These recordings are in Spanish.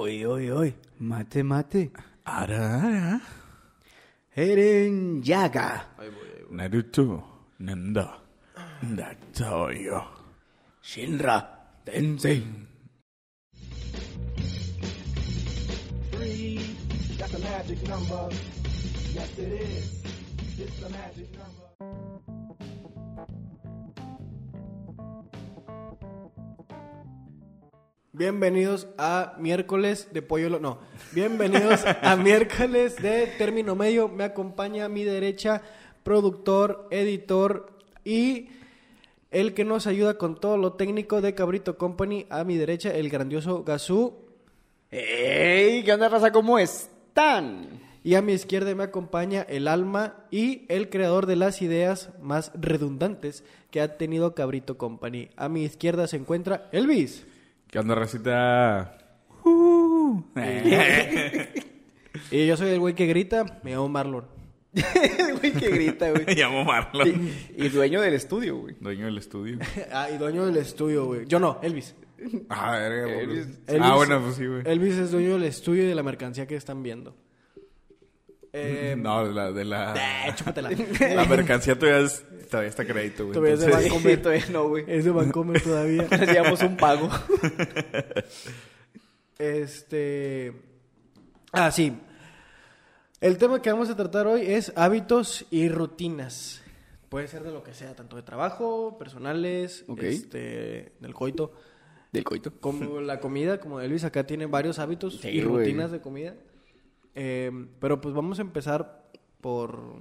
Oy, oy, oy. Mate, mate. Ara, ara. Eren Yaga. Naruto, Nanda, Natayo. Shinra. Tensei. Bienvenidos a miércoles de pollo lo- no. Bienvenidos a miércoles de término medio. Me acompaña a mi derecha productor, editor y el que nos ayuda con todo lo técnico de Cabrito Company. A mi derecha el grandioso Gazú ¡Ey! ¿Qué onda, raza? ¿Cómo están? y a mi izquierda me acompaña el alma y el creador de las ideas más redundantes que ha tenido Cabrito Company. A mi izquierda se encuentra Elvis. ¿Qué onda, racita? Uh-huh. Eh, Y yo soy el güey que grita, me llamo Marlon. güey que grita, Me güey. llamo Marlon. Y, y dueño del estudio, güey. Dueño del estudio. Ah, y dueño del estudio, güey. Yo no, Elvis. Ah, verga, Eh, por- Elvis- Ah, Elvis- bueno, pues sí, güey. Elvis es dueño del estudio y de la mercancía que están viendo. Eh, No, de la... De ah, la... chúpatela. la mercancía todavía, es- todavía está crédito, güey. Todavía es de Entonces- Bancomer todavía eh, no, güey. es de Bancomer todavía. Hacíamos un pago. Este. Ah, sí. El tema que vamos a tratar hoy es hábitos y rutinas. Puede ser de lo que sea, tanto de trabajo, personales, Ok. este, del coito, ¿Del coito? como la comida, como Elvis acá tiene varios hábitos Sí, y güey. rutinas de comida. Eh, pero pues vamos a empezar por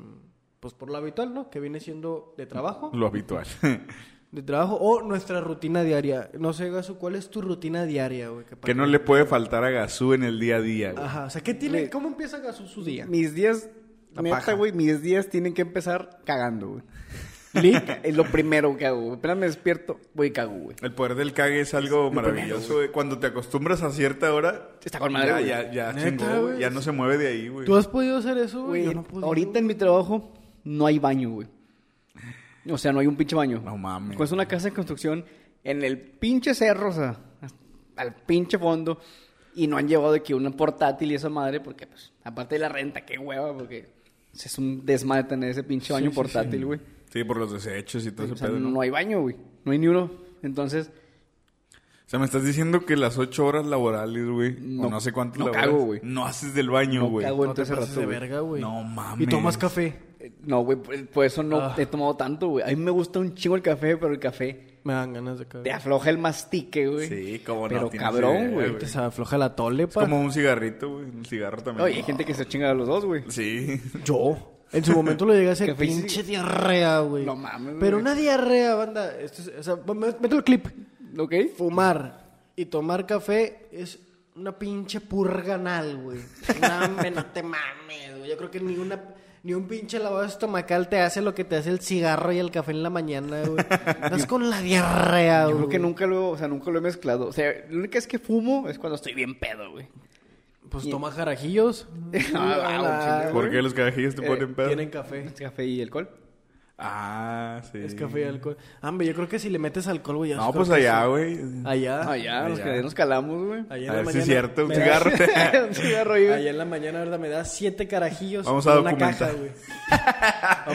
pues por lo habitual, ¿no? Que viene siendo de trabajo, Lo habitual. de trabajo o nuestra rutina diaria. No sé, Gasu, ¿cuál es tu rutina diaria, güey? que no le puede faltar a Gazú en el día a día, güey. Ajá, o sea, ¿qué tiene? Güey. ¿Cómo empieza Gasú su día? Mis días, La paja. neta, güey, mis días tienen que empezar cagando, güey. Es lo primero que hago. güey. Apenas me despierto, voy y cago, güey. El poder del cague es algo maravilloso, güey. Cuando te acostumbras a cierta hora... Está con madre, ya- güey. Ya, ya, Neta, chingó, güey. güey. Ya no se mueve de ahí, güey. ¿Tú has podido hacer eso? Güey, Yo no he podido. ahorita en mi trabajo no hay baño, güey. O sea, no hay un pinche baño. No mames. Pues una casa de construcción en el pinche cerro, o sea, al pinche fondo. Y no han llevado de que una portátil y esa madre, porque, pues, aparte de la renta, qué hueva, porque o sea, es un desmadre tener ese pinche baño portátil, güey. Sí, por los desechos y todo O ese sea, pedo, ¿no? no hay baño, güey. No hay ni uno. Entonces, O sea, me estás diciendo que las ocho horas laborales, güey, no, o No, no sé cuántas no laborales, cago, güey. no haces del baño, No güey. cago. No Bueno, te entonces pases rato, de güey. verga, güey. No mames. Y tomas café. eh, no, güey, por, por eso no Ah. he tomado tanto, güey. A mí me gusta un chingo el café, pero el café Me dan ganas de cagar. te afloja el mastique, güey. Sí, cómo no, Pero tienes idea, cabrón, güey. güey. Te se afloja la tole, pa. Como un cigarrito, güey, un cigarro también. Oye, hay gente que se chinga a los dos, güey. Sí. Yo. En su momento lo llegué a hacer Café y pinche diarrea, güey. No mames, Pero güey. una diarrea, banda. Esto es, o sea, me- meto el clip. ¿Ok? Fumar y tomar café es una pinche purga anal, güey. No, hombre, no te mames, güey. Yo creo que ni una... Ni un pinche lavado estomacal te hace lo que te hace el cigarro y el café en la mañana, güey. Estás con la diarrea, Yo güey. creo que nunca lo, o sea, nunca lo he mezclado. O sea, lo único es que fumo es cuando estoy bien pedo, güey. Pues toma jarajillos. Ah, ah, Ah, un ¿Por qué los carajillos te Eh, ponen pedo? Tienen café. ¿Es café y alcohol? Ah, sí. Es café y alcohol. Ah, hombre, yo creo que si le metes alcohol, güey, ya No, creo pues que allá, sí. güey. Allá. Ah, ya, nos, ya. quedé- nos calamos, güey. Allá A en la ver si mañana. es cierto, un me cigarro. da- Un cigarro ahí, Ah, güey. Allá en la mañana, verdad, me da siete carajillos. Vamos en a una documentar. caja, güey.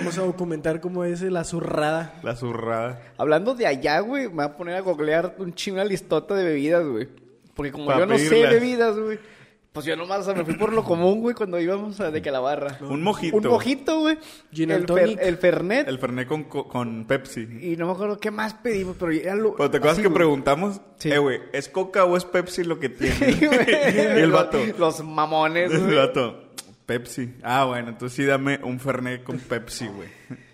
Vamos a documentar cómo es la zurrada. La zurrada. Hablando de allá, güey, me va a poner a googlear un chingo una listota de bebidas, güey. Porque como Pa' yo no pedirlas. sé bebidas, güey. Pues yo nomás o sea, me fui por lo común, güey, cuando íbamos a, de que a la barra. Un mojito. Un mojito, güey. Gin and el, fer- tonic. el Fernet. El Fernet con, co- con Pepsi. Y no me acuerdo qué más pedimos, pero era lo... Pero te acuerdas así, que Ah, güey. preguntamos, Sí. eh, güey, ¿es Coca o es Pepsi lo que tiene? Sí, güey. y el vato. Los, los mamones. El güey. vato, Pepsi. Ah, bueno, entonces sí dame un Fernet con Pepsi, güey.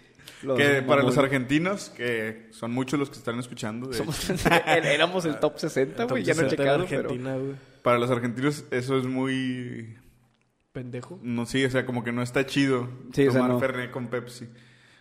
Los que para mamones. los argentinos, que son muchos los que están escuchando, de hecho, Somos- éramos el top 60, Ah, güey. Ya no he Entonces, checado, en pero. Argentina, güey. para los argentinos eso es muy... Pendejo. No, sí, o sea, como que no está chido Sí, o sea, tomar no. Fernet con Pepsi.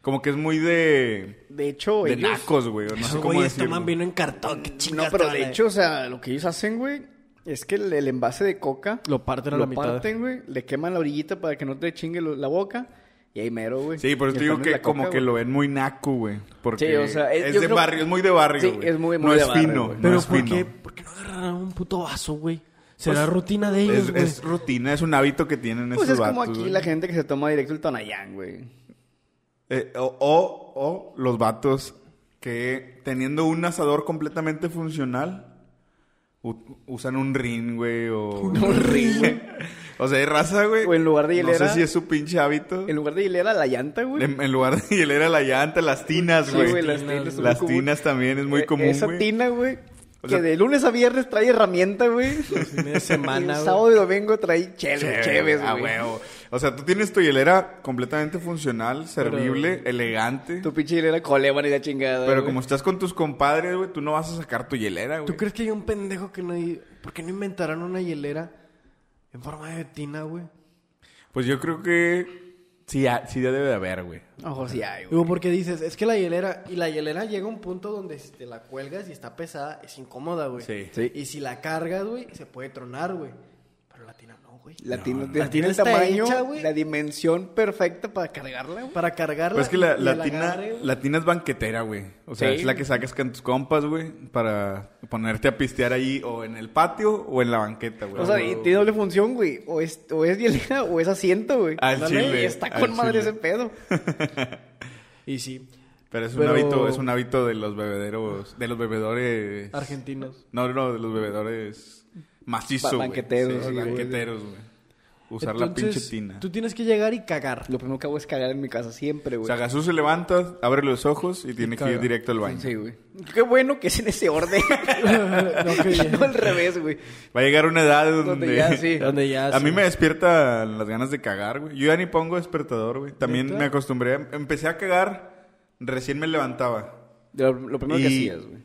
Como que es muy de... De hecho, De ellos. nacos, güey. o No sé Esos cómo güeyes decirlo. toman este vino en cartón. qué No, chingas te pero van de a- hecho, o sea, lo que ellos hacen, güey, es que el, el envase de coca. Lo parten a la mitad. Lo parten, güey. Le queman la orillita para que no te chingue lo- la boca. Y ahí mero, güey. Sí, por eso Y te digo pones que la como coca, que güey. lo ven muy naco, güey. Porque Sí, o sea, es- es, yo de creo- barrio, es muy de barrio, Sí, güey. es muy- no muy de es barrio, fino, güey. no Pero es ¿por fino. qué, ¿por qué no agarraron un puto vaso, güey? Será rutina de ellos, Es, güey. es rutina, es un hábito que tienen Pues estos es como vatos, aquí güey. la gente que se toma directo el Tonayán, güey. Eh, o, o- o los vatos que teniendo un asador completamente funcional u- usan un ring, güey, o... Un ring. o sea, hay raza, güey. O en lugar de No hielera. sé si es su pinche hábito. En lugar de hilera la llanta, güey. En, en lugar de hielera, la llanta, las tinas, Sí, güey. güey, las las tinas tinas, son muy común. también es muy Eh, común, Esa güey. tina, güey. O que sea- de lunes a viernes trae herramienta, güey. Media semana, Y güey. sábado y domingo trae chéves, Chévere, chéves, a güey. huevo. O sea, tú tienes tu hielera completamente funcional, servible, elegante. Tu pinche hilera coleban y la chingada. Pero güey. como estás con tus compadres, güey, tú no vas a sacar tu hielera, güey. ¿Tú crees que hay un pendejo que no hay... ¿Por qué no inventarán una hielera en forma de tina, güey? Pues yo creo que sí, ha- sí ya debe de haber, Oh, güey. Ojo, sí hay, güey. Digo, porque dices, es que la hielera... Y la hielera llega a un punto donde si te la cuelgas y está pesada, es incómoda, güey. Sí. Sí. Y si la cargas, güey, se puede tronar, güey. Pero la tina no, güey. La tina la tiene, tina el está tamaño, hecha, güey. la dimensión perfecta para cargarla, güey. Para cargarla... Pues es que la, y la el tina, agarre, güey. la tina es banquetera, güey. O sea, Sí. es la que sacas con tus compas, güey, para ponerte a pistear ahí o en el patio o en la banqueta, güey. O sea, y tiene doble función, güey. O es, o es hielera o es asiento, güey. Al Ándale, chile, Y está al con madre chile. ese pedo. Y sí, Pero es un pero- hábito, es un hábito de los bebederos, de los bebedores. argentinos. No, no, de los bebedores macizos, Ba- güey. banqueteros, Sí, sí, güey. banqueteros, güey. Usar la Entonces, pinche tina. Tú tienes que llegar y cagar. Lo primero que hago es cagar en mi casa siempre, O güey. sea, Gasú se levanta, abre los ojos y tiene que ir caga. directo al baño. Sí, güey. Qué bueno que es en ese orden. No, qué bien. no al revés, güey. Va a llegar una edad donde... Donde ya, sí. Donde ya... A mí sí. me despiertan las ganas de cagar, güey. Yo ya ni pongo despertador, güey. También ¿Neta? me acostumbré. a- Empecé a cagar, recién me levantaba. Lo, lo primero Y- que hacías, güey.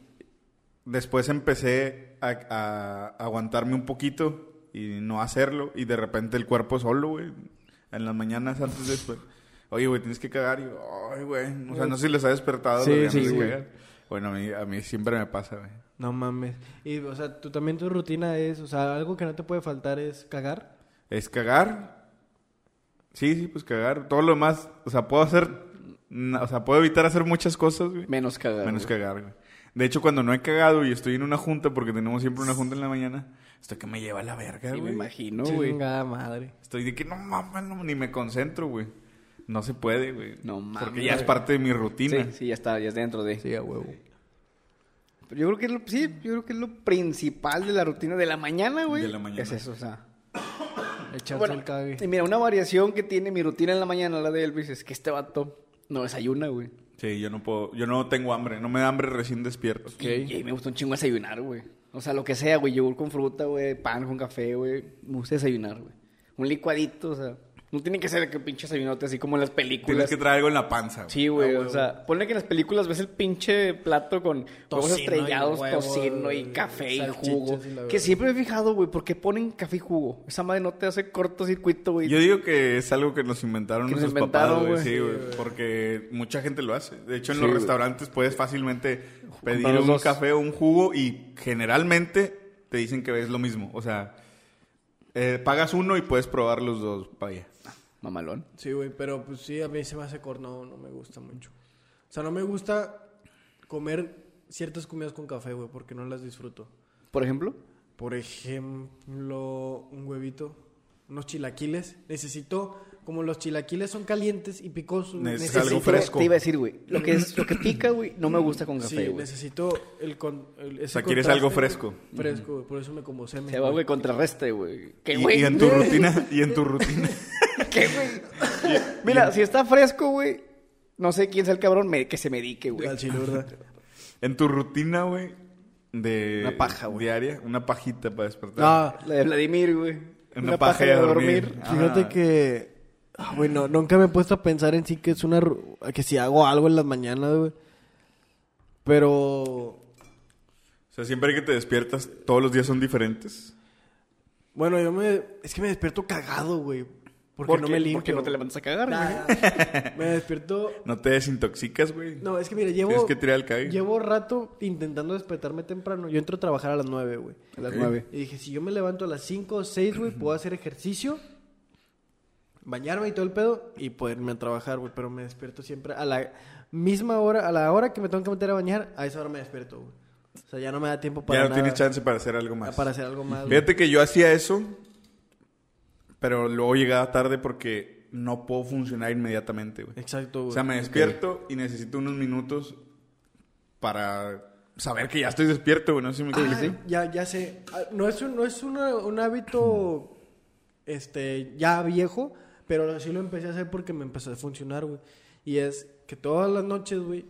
Después empecé a, a aguantarme un poquito y no hacerlo. Y de repente el cuerpo solo, güey. En las mañanas antes de después. Oye, güey, tienes que cagar. Y yo, ay, güey. O sea, no sé si les ha despertado. Sí, las ganas sí, de güey. cagar. Bueno, a mí, a mí siempre me pasa, güey. No mames. Y, o sea, tú también tu rutina es, o sea, algo que no te puede faltar es cagar. Es cagar. Sí, sí, pues cagar. Todo lo demás, o sea, puedo hacer, na- o sea, puedo evitar hacer muchas cosas, güey. Menos cagar. Menos güey. cagar, güey. De hecho, cuando no he cagado y estoy en una junta, porque tenemos siempre una junta en la mañana, estoy que me lleva a la verga, Sí, me güey. imagino, güey. Chingada madre. Estoy de que no mames, no, ni me concentro, güey. No se puede, güey. No mames, Porque ya es güey. parte de mi rutina. Sí, sí, ya está, ya está dentro de. Sí, a huevo. Pero yo creo que es lo, sí, yo creo que es lo principal de la rutina de la mañana, güey. De la mañana. Es eso, o sea. Echarse Bueno, el cague. y mira, una variación que tiene mi rutina en la mañana, la de Elvis, es que este vato no desayuna, güey. Sí, yo no puedo, yo no tengo hambre, no me da hambre recién despierto. Y, y me gusta un chingo desayunar, güey. O sea, lo que sea, güey. Yogur con fruta, güey. Pan con café, güey. Me gusta desayunar, güey. Un licuadito, o sea. No tiene que ser que pinche desayunote así como en las Tienes películas. que traer algo en la panza, güey. Sí, güey. o sea, ponle que en las películas ves el pinche plato con huevos Tocino y estrellados, huevo, tocino y y café y salchichas jugo. y la que siempre me he fijado, güey, ¿por qué ponen café y jugo? Esa madre no te hace cortocircuito, güey. Yo digo que es algo que nos inventaron Que nos nuestros inventaron, papás, güey. güey. Sí, güey. Porque mucha gente lo hace. De hecho, en Sí, los güey. restaurantes puedes fácilmente pedir los un dos. café o un jugo y generalmente te dicen que es lo mismo. O sea, eh, pagas uno y puedes probar los dos. Vaya. Mamalón. Sí, güey, pero pues sí, a mí se me hace cor, no, no me gusta mucho. O sea, no me gusta comer ciertas comidas con café, güey, porque no las disfruto. Por ejemplo, Por ejemplo, un huevito, unos chilaquiles. Necesito, como los chilaquiles son calientes y picosos, Necesitas algo necesito- fresco. te iba a decir, güey, lo que es lo que pica, güey, no me gusta con sí, café, güey. necesito el... Con, el- ese sea, quieres algo contraste, fresco. güey. Fresco, güey, por eso me como semen. Se va, güey, contrarreste, güey. ¿Qué, Y, güey? y en tu rutina, y en tu rutina. ¿Qué, güey? Mira, si está fresco, güey, no sé quién sea el cabrón me- que se medique, güey. Al chile, ¿verdad? En tu rutina, güey. De Una paja, güey. Ah. diaria, una pajita para despertar. No, La de Vladimir, güey. Una paja de dormir. fíjate Ah. que... ah, güey, no, nunca me he puesto a pensar en sí que es una... ru- Que si hago algo en las mañanas, güey. Pero... O sea, siempre que te despiertas, todos los días son diferentes. Bueno, yo me... Es que me despierto cagado, güey. Porque ¿Por no qué? me ¿Por limpio. qué no te levantas a cagar, güey? Me despierto... No te desintoxicas, güey. No, es que mira, llevo... Tienes que tirar el cague. Llevo rato intentando despertarme temprano. Yo entro a trabajar a las 9, güey. A las nueve. Y dije, si yo me levanto a las 5 o 6, güey, puedo hacer ejercicio, bañarme y todo el pedo y poderme a trabajar, güey. Pero me despierto siempre a la misma hora, a la hora que me tengo que meter a bañar, a esa hora me despierto, güey. O sea, ya no me da tiempo para Ya no nada. tienes chance para hacer algo más. Para hacer algo más. güey. Fíjate que yo hacía eso, pero luego llegaba tarde porque no puedo funcionar inmediatamente, güey. Exacto, güey. O sea, me despierto y necesito unos minutos para saber que ya estoy despierto, güey. No sé si me Ah, explico. ya, ya sé. Ah, No es un, no es una- un hábito este, ya viejo, pero sí lo empecé a hacer porque me empezó a funcionar, güey. Y es que todas las noches, güey,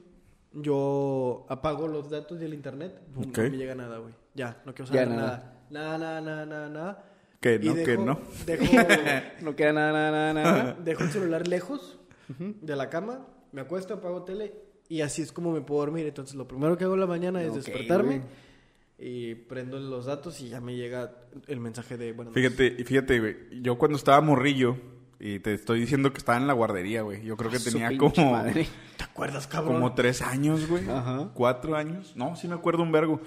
yo apago los datos del internet. pum, Ok. No me llega nada, güey. Ya, no quiero Ya saber nada. nada. Nada, nada, nada, nada, nada. Que Y no, que dejo- no. Dejo, No queda nada, nada, nada, nada. Dejo el celular lejos de la cama, me acuesto, apago tele y así es como me puedo dormir. Entonces lo primero que hago en la mañana es Ok, despertarme güey. y prendo los datos y ya me llega el mensaje de bueno. Fíjate, y fíjate, güey. Yo cuando estaba morrillo, y te estoy diciendo que estaba en la guardería, güey. Yo creo que Ah, Su tenía pinche como... madre. ¿Te acuerdas, cabrón? Como tres años, güey. Ajá. Cuatro años. No, sí me acuerdo un vergo.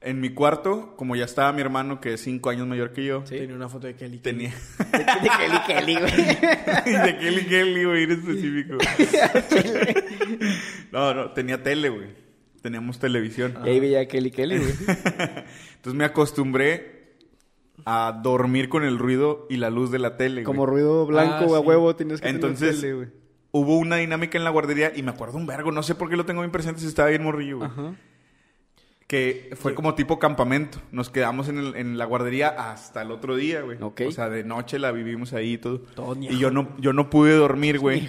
En mi cuarto, como ya estaba mi hermano, que es cinco años mayor que yo, Tenía una foto de Kelly. tenía. De, de Kelly Kelly, güey. de Kelly Kelly, güey, en específico. no, no, tenía tele, güey. Teníamos televisión. Y ahí veía Kelly Kelly, güey. Entonces me acostumbré a dormir con el ruido y la luz de la tele, güey. Como ruido blanco, Ah, güey, a sí. huevo, tienes que tener Entonces, tele, güey. hubo una dinámica en la guardería y me acuerdo un vergo, no sé por qué lo tengo bien presente si estaba bien morrillo, güey. Ajá. Que fue como tipo campamento. Nos quedamos en, el- en la guardería hasta el otro día, güey. Ok. O sea, de noche la vivimos ahí y todo. Todo y ñejo. yo no, yo no pude dormir, güey.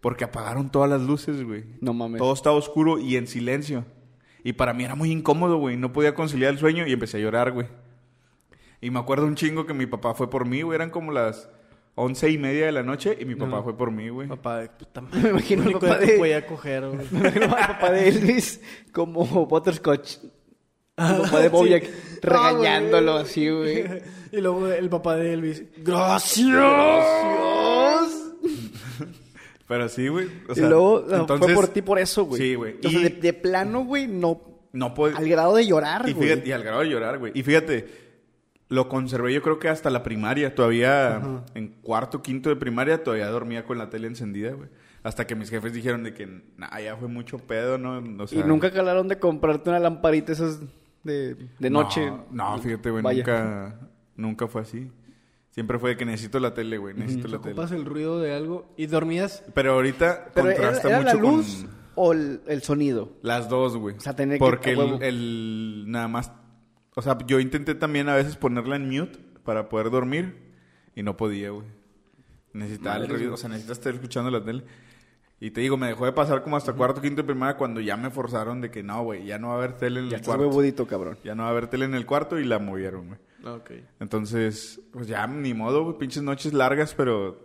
Porque apagaron todas las luces, güey. No mames. Todo estaba oscuro y en silencio. Y para mí era muy incómodo, güey. No podía conciliar el sueño y empecé a llorar, güey. Y me acuerdo un chingo que mi papá fue por mí, güey. Eran como las once y media de la noche y mi papá fue por mí, güey. Papá de puta madre. Me imagino Lo el único papá de que de- podía coger, güey. Pero al papá de Elvis como butterscotch. Ah, Al papá de Bojack Sí. regañándolo Ah, así, güey. y luego el papá de Elvis. ¡Gracias! Pero sí, güey. O y sea, luego no, fue entonces- por ti por eso, güey. Sí, güey. O sea, Y- de, de plano, güey, no. No puedo... Al grado de llorar, Y, güey. fíjate, y al grado de llorar, güey. Y fíjate, lo conservé yo creo que hasta la primaria. Todavía en cuarto, quinto de primaria, todavía dormía con la tele encendida, güey. Hasta que mis jefes dijeron de que, nah, ya fue mucho pedo, ¿no? O Y sea, nunca calaron de comprarte una lamparita esas de, de no, noche. No, fíjate, güey, Vaya. nunca, nunca fue así. Siempre fue de que necesito la tele, güey, necesito la tele. Ocupas el ruido de algo y dormías. Pero ahorita Pero era, contrasta era la mucho con luz o el, el sonido. las dos, güey. O sea, tener que- Porque a el- huevo. el, nada más... O sea, yo intenté también a veces ponerla en mute para poder dormir y no podía, güey. Necesitaba el ruido, o sea, necesitas estar escuchando la tele. Y te digo, me dejó de pasar como hasta cuarto, quinto de primaria cuando ya me forzaron de que no, güey, ya no va a haber tele en Ya Mm, el estás cuarto. huevudito, cabrón. Ya no va a haber tele en el cuarto y la movieron, güey. Ok. Entonces, pues ya ni modo, güey, pinches noches largas, pero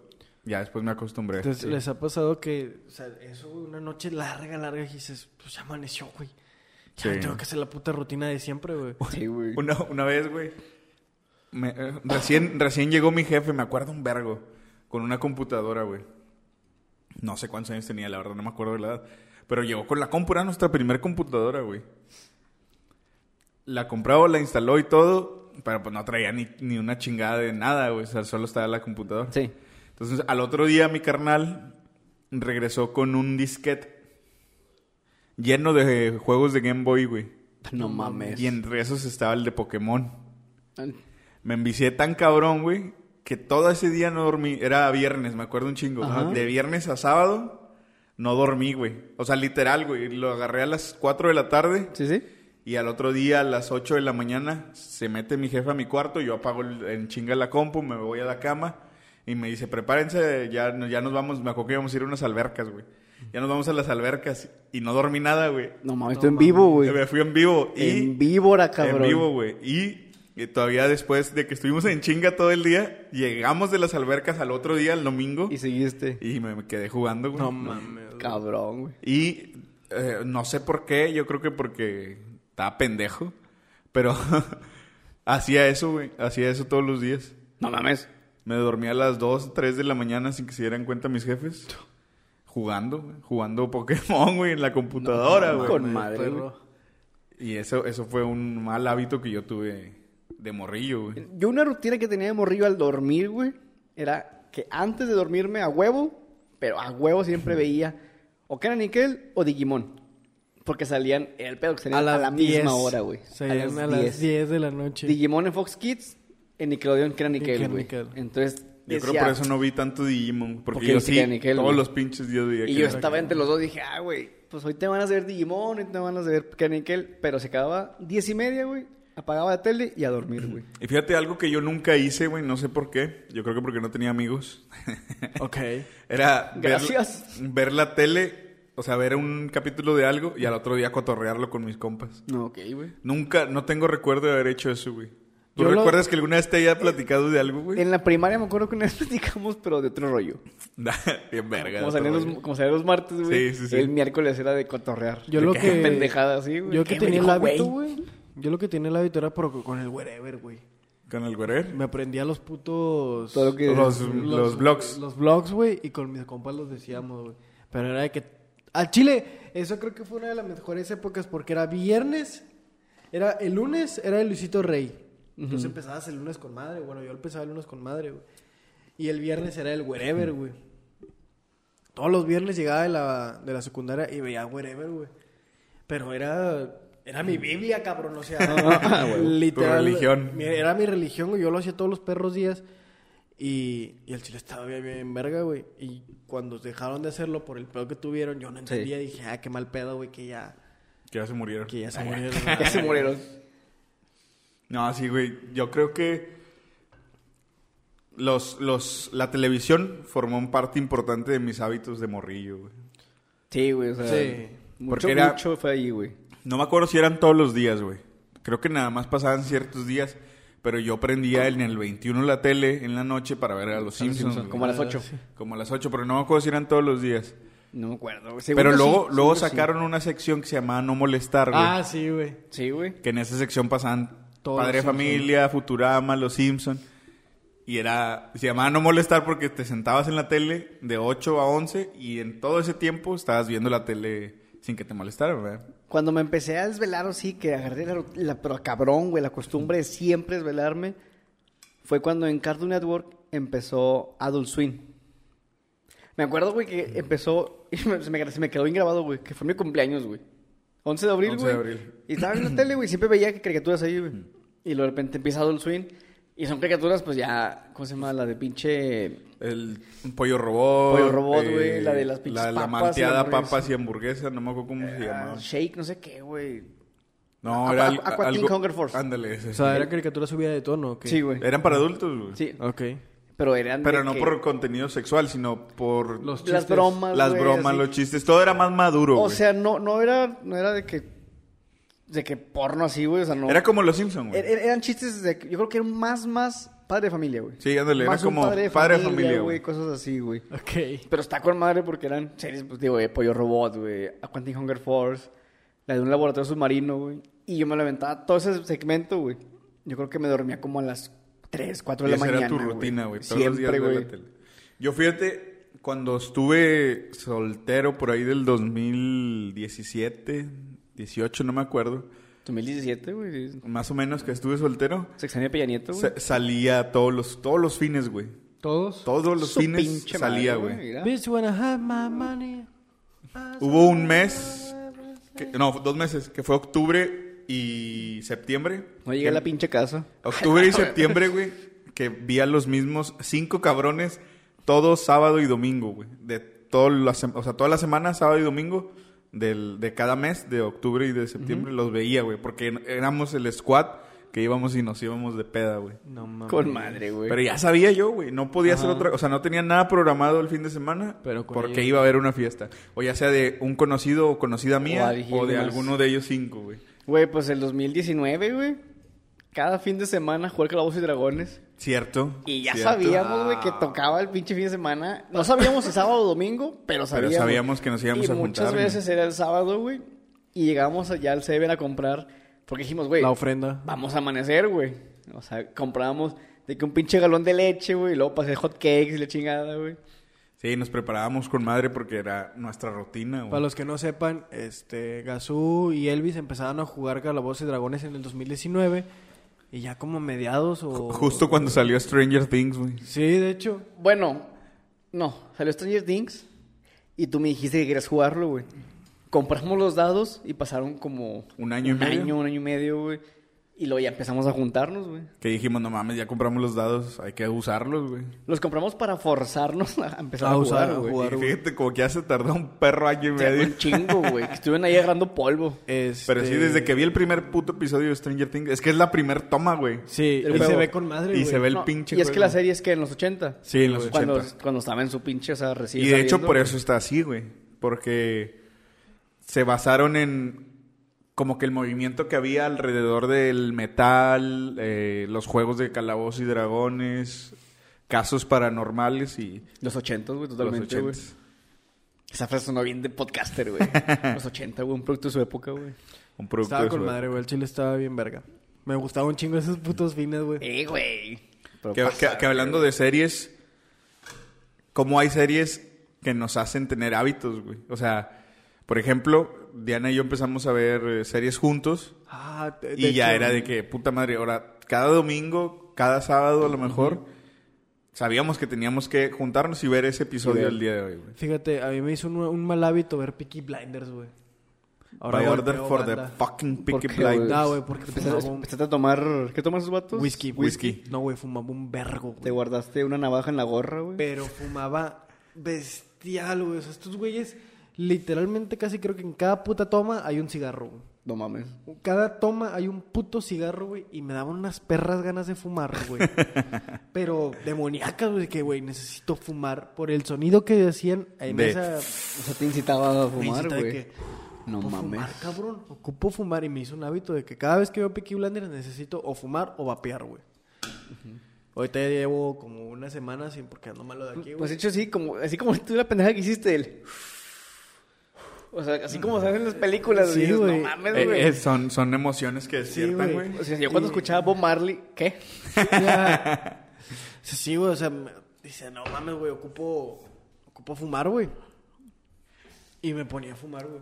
ya después me acostumbré. Entonces, ¿les ha pasado que, o sea, eso, güey, una noche larga, larga, y dices, pues ya amaneció, güey. Ya Sí. tengo que hacer la puta rutina de siempre, güey. Sí, güey. Una, una vez, güey. me- eh, recién, recién llegó mi jefe, me acuerdo un vergo. Con una computadora, güey. No sé cuántos años tenía, la verdad, no me acuerdo de la edad. Pero llegó con la compra nuestra primer computadora, güey. La compró, la instaló y todo. Pero pues no traía ni, ni una chingada de nada, güey. O sea, solo estaba la computadora. Sí. Entonces, al otro día, mi carnal regresó con un disquete lleno de juegos de Game Boy, güey. No mames. Y entre esos estaba el de Pokémon. Me envicié tan cabrón, güey, que todo ese día no dormí. Era viernes, me acuerdo un chingo. Ajá. De viernes a sábado no dormí, güey. O sea, literal, güey. Lo agarré a las 4 de la tarde Sí, sí. y al otro día a las 8 de la mañana se mete mi jefe a mi cuarto. Yo apago el- en chinga la compu, me voy a la cama y me dice, prepárense, ya, no- ya nos vamos. Me acuerdo que íbamos a ir a unas albercas, güey. Ya nos vamos a las albercas y no dormí nada, güey. No mames, estoy en vivo, güey. Me fui en vivo y... En víbora, cabrón. En vivo, güey. Y, eh, todavía después de que estuvimos en chinga todo el día, llegamos de las albercas al otro día, el domingo, Y seguiste. y, me, me quedé jugando, güey. No mames. güey. Cabrón, güey. Y eh, no sé por qué, yo creo que porque estaba pendejo, pero hacía eso, güey. Hacía eso todos los días. No mames. Me dormía a las 2, 3 de la mañana sin que se dieran cuenta mis jefes. Jugando, güey. jugando Pokémon, güey, en la computadora, güey. Con madre, perro. güey. Y eso, eso fue un mal hábito que yo tuve de morrillo, güey. Yo una rutina que tenía de morrillo al dormir, güey, era que antes de dormirme a huevo, pero a huevo siempre veía o Kenan Nickel o Digimon. Porque salían, era el pedo, que a salían las a la 10. misma hora, güey. Salían a las 10 de la noche. Digimon en Fox Kids, en Nickelodeon, que era que Nickel, era güey. Nickel. Entonces, Yo creo decía- por eso no vi tanto Digimon. Porque, Porque yo dice sí, que era Nickel, todos güey. los pinches días veía Y que yo era estaba entre los dos, dije, ah, güey, pues hoy te van a hacer Digimon, hoy te van a hacer Nickel. Pero se acababa 10 y media, güey. Apagaba la tele y a dormir, güey. Nickel. Y fíjate, algo que yo nunca hice, güey, no sé por qué. Yo creo que porque no tenía amigos. Ok. Era ver- Gracias. Ver, la tele, o sea, ver un capítulo de algo y al otro día cotorrearlo con mis compas. No, ok, güey. Nunca, no tengo recuerdo de haber hecho eso, güey. ¿Tú Yo lo- recuerdas que alguna vez te haya platicado de algo, güey? En la primaria me acuerdo que una vez platicamos, pero de otro rollo. Bien verga. Como todo, salían los, güey. como salían los martes, güey. Sí, sí, sí. El miércoles era de cotorrear. Yo De lo qué que- Pendejada así, güey. Yo que ¿Qué, tenía el güey? hábito, Dijo, güey. Yo lo que tenía el hábito era por, con el wherever, güey. Con el güerer. Me aprendía los putos... Todo lo que- Los, los blogs. Los blogs, güey. Y con mis compas los decíamos, güey. Pero era de que... Al Chile, eso creo que fue una de las mejores épocas porque era viernes. Era el lunes, era el Luisito Rey. Entonces empezabas el lunes con madre. Bueno, yo empezaba el lunes con madre, güey. Y el viernes era el wherever, güey. Todos los viernes llegaba de la, de la secundaria y veía wherever, güey. Pero era... Era mi Biblia, cabrón, o sea, Ah, literal. Tu religión. mi- Era mi religión, güey. Yo lo hacía todos los perros días. Y, y el chile estaba bien, bien verga, güey. Y cuando dejaron de hacerlo por el pedo que tuvieron, yo no entendía. Dije, ah, qué mal pedo, güey, que ya, Que ya se murieron. que ya se murieron. Ya se murieron. No, sí, güey. Yo creo que los, los, la televisión formó un parte importante de mis hábitos de morrillo, güey. Sí, güey, o sea. Sí. Mucho, Porque era- mucho fue ahí, güey. No me acuerdo si eran todos los días, güey. Creo que nada más pasaban ciertos días. Pero yo prendía en el 21 la tele en la noche para ver a los Simpsons. güey. Como a las 8. Como a las 8, pero no me acuerdo si eran todos los días. No me acuerdo, güey. Seguro Pero luego, sí, seguro luego sí. sacaron una sección que se llamaba No Molestar, güey. ah, sí, güey. Sí, güey. Que en esa sección pasaban Todos Padre de los Simpson. Familia, Futurama, Los Simpson. Y era, se llamaba no molestar porque te sentabas en la tele de 8 a 11 y en todo ese tiempo estabas viendo la tele sin que te molestaran, ¿verdad? Cuando me empecé a desvelar, sí, que agarré la, la- pero cabrón, güey, la costumbre de siempre desvelarme, fue cuando en Cartoon Network empezó Adult Swim. Me acuerdo, güey, que empezó, y me- se, me, se me quedó bien grabado, güey, que fue mi cumpleaños, güey. 11 de abril, 11 de güey. abril. Y estaba en la tele, güey, siempre veía que caricaturas ahí, güey. Y luego de repente empieza Adult Swim. Y son caricaturas, pues ya, ¿cómo se llama? La de pinche... El pollo robot. eh, Pollo robot, güey, la de las pinches La, la papas y malteada hamburguesas. papas y hamburguesas, no me acuerdo cómo se ah, llamaba. Shake, no sé qué, güey. No, Aqua- era al- Aqua Teen algo... Hunger Force. Ándale, ese. O sea, era caricatura subida de tono, ¿o qué? Sí, güey. Eran para adultos, güey. Sí, Ok. pero eran... de Pero no que- por contenido sexual, sino por Los Las chistes. bromas, las güey, bromas, así. los chistes. Todo era más maduro, O güey. sea, no, no era, no era de que, de que porno así, güey. O sea, no. Era como los Simpsons, güey. Er- er- eran chistes de, que- yo creo que eran más, más padre de familia, güey. Sí, ándale, era Más un como padre de familia, güey. güey. Cosas así, güey. Ok. Pero está con madre porque eran series, pues digo, de Pollo Robot, güey, A Quantic Hunger Force, la de un laboratorio submarino, güey. Y yo me lamentaba todo ese segmento, güey. Yo creo que me dormía como a las 3, 4 de Y la esa mañana. era tu rutina, güey. Todos los días Siempre, ver la güey. tele. Yo fíjate, cuando estuve soltero por ahí del 2017, 18, no me acuerdo. 2017, güey. Más o menos que estuve soltero. Sexenio de Peña Nieto, güey. sa- salía todos los, todos los fines, güey. Todos. Todos los Su fines pinche salía, madre, güey. mira. Bitch, when I have my money. Hubo un mes, que- no, dos meses, que fue octubre y septiembre. No llegué a la pinche casa. Octubre y septiembre, güey, que vi a los mismos cinco cabrones todo sábado y domingo, güey. De todas las sem- o sea, toda la semana, sábado y domingo, del, de cada mes, de octubre y de septiembre, los veía, güey. Porque en- éramos el squad que íbamos y nos íbamos de peda, güey. No mames. Con madre, güey. Pero ya sabía yo, güey. No podía hacer otra... O sea, no tenía nada programado el fin de semana Pero con porque ellos. iba a haber una fiesta. O ya sea de un conocido o conocida mía alguien o, de más. alguno de ellos cinco, güey. Güey, pues el 2019, güey. Cada fin de semana jugar Calabozos y Dragones. ¿Cierto? Y ya ¿Cierto? Ah. sabíamos, güey, que tocaba el pinche fin de semana. No sabíamos si sábado o domingo, pero sabíamos. sabíamos que nos íbamos y a muchas juntar, veces era el sábado, güey. Y llegamos allá al Seven a comprar. Porque dijimos, güey, La ofrenda. vamos a amanecer, güey. O sea, comprábamos de que un pinche galón de leche, güey. Y luego pasé hot cakes y la chingada, güey. Sí, nos preparábamos con madre porque era nuestra rutina, Para güey. los que no sepan, este, Gazú y Elvis empezaron a jugar Calabozos y Dragones en el 2019. Y ya como mediados o... Justo cuando salió Stranger Things, güey. Sí, de hecho. Bueno, no, salió Stranger Things y tú me dijiste que querías jugarlo, güey. compramos los dados y pasaron como... Un año y medio. año, un año y medio, güey. Y luego ya empezamos a juntarnos, güey. Que dijimos, no mames, ya compramos los dados, hay que usarlos, güey. Los compramos para forzarnos a empezar A a, usar, a jugar, güey. jugar. Y fíjate, como que ya se tardó un perro año y O sea, medio. un chingo, güey. Que estuvieron ahí agarrando polvo. Pero sí, Este, desde que vi el primer puto episodio de Stranger Things, es que es la primer toma, güey. Sí, El y se juego. ve con madre, Y güey. se ve el No, pinche Y es que juego. la serie es que en los 80. Sí, en los cuando, 80. Cuando estaba en su pinche, o sea, recién Y de hecho saliendo. por eso está así, güey. Porque se basaron en como que el movimiento que había alrededor del metal, eh, los juegos de calabozos y dragones, casos paranormales y Los 80, güey, totalmente, totalmente, güey. Esa frase sonó bien de podcaster, güey. los 80, güey, un producto de su época, güey. Un producto Estaba de con su- madre, güey. El chile estaba bien verga. Me gustaba un chingo esos putos fines, güey. Eh, güey. Pero Que, pasa, que- que hablando de series, como hay series que nos hacen tener hábitos, güey. O sea, por ejemplo, Diana y yo empezamos a ver eh, series juntos. Ah, de- de Y ya hecho, era de que, puta madre, ahora cada domingo, cada sábado a lo mejor, sabíamos que teníamos que juntarnos y ver ese episodio el día de hoy, güey. Fíjate, a mí me hizo un, un mal hábito ver Peaky Blinders, güey. By order golpeo for banda. the fucking ¿Por Peaky qué, güey? Blinders. No, güey, porque Empezaste, fumaba un empezaste a tomar... ¿Qué toman esos vatos? whisky, güey. pues, whisky. No, güey, fumaba un vergo, pues, Te güey. guardaste una navaja en la gorra, güey. Pero fumaba bestial, güey. O sea, estos güeyes, literalmente casi creo que en cada puta toma hay un cigarro, güey. No mames. Cada toma hay un puto cigarro, güey, y me daban unas perras ganas de fumar, güey. Pero demoníacas, güey, de que, güey, necesito fumar por el sonido que decían en De- esa... O sea, te incitaba a me fumar, incitaba de güey. que, No ocupo mames. fumar, cabrón. Ocupo fumar y me hizo un hábito de que cada vez que veo Peaky Blinders necesito o fumar o vapear, güey. Ahorita ya llevo como una semana sin porque ando malo de aquí, güey. Pues de hecho, sí, como, así como tú la pendeja que hiciste él. O sea, así como se hacen las películas, güey. Sí, dices, güey. No mames, Eh, güey. eh, son, son emociones que despiertan, güey. güey. O sea, yo cuando escuchaba Bob Marley, ¿qué? Ya. O sea, sí, güey, o sea, me- dice, no mames, güey, ocupo, ocupo fumar, güey. Y me ponía a fumar, güey.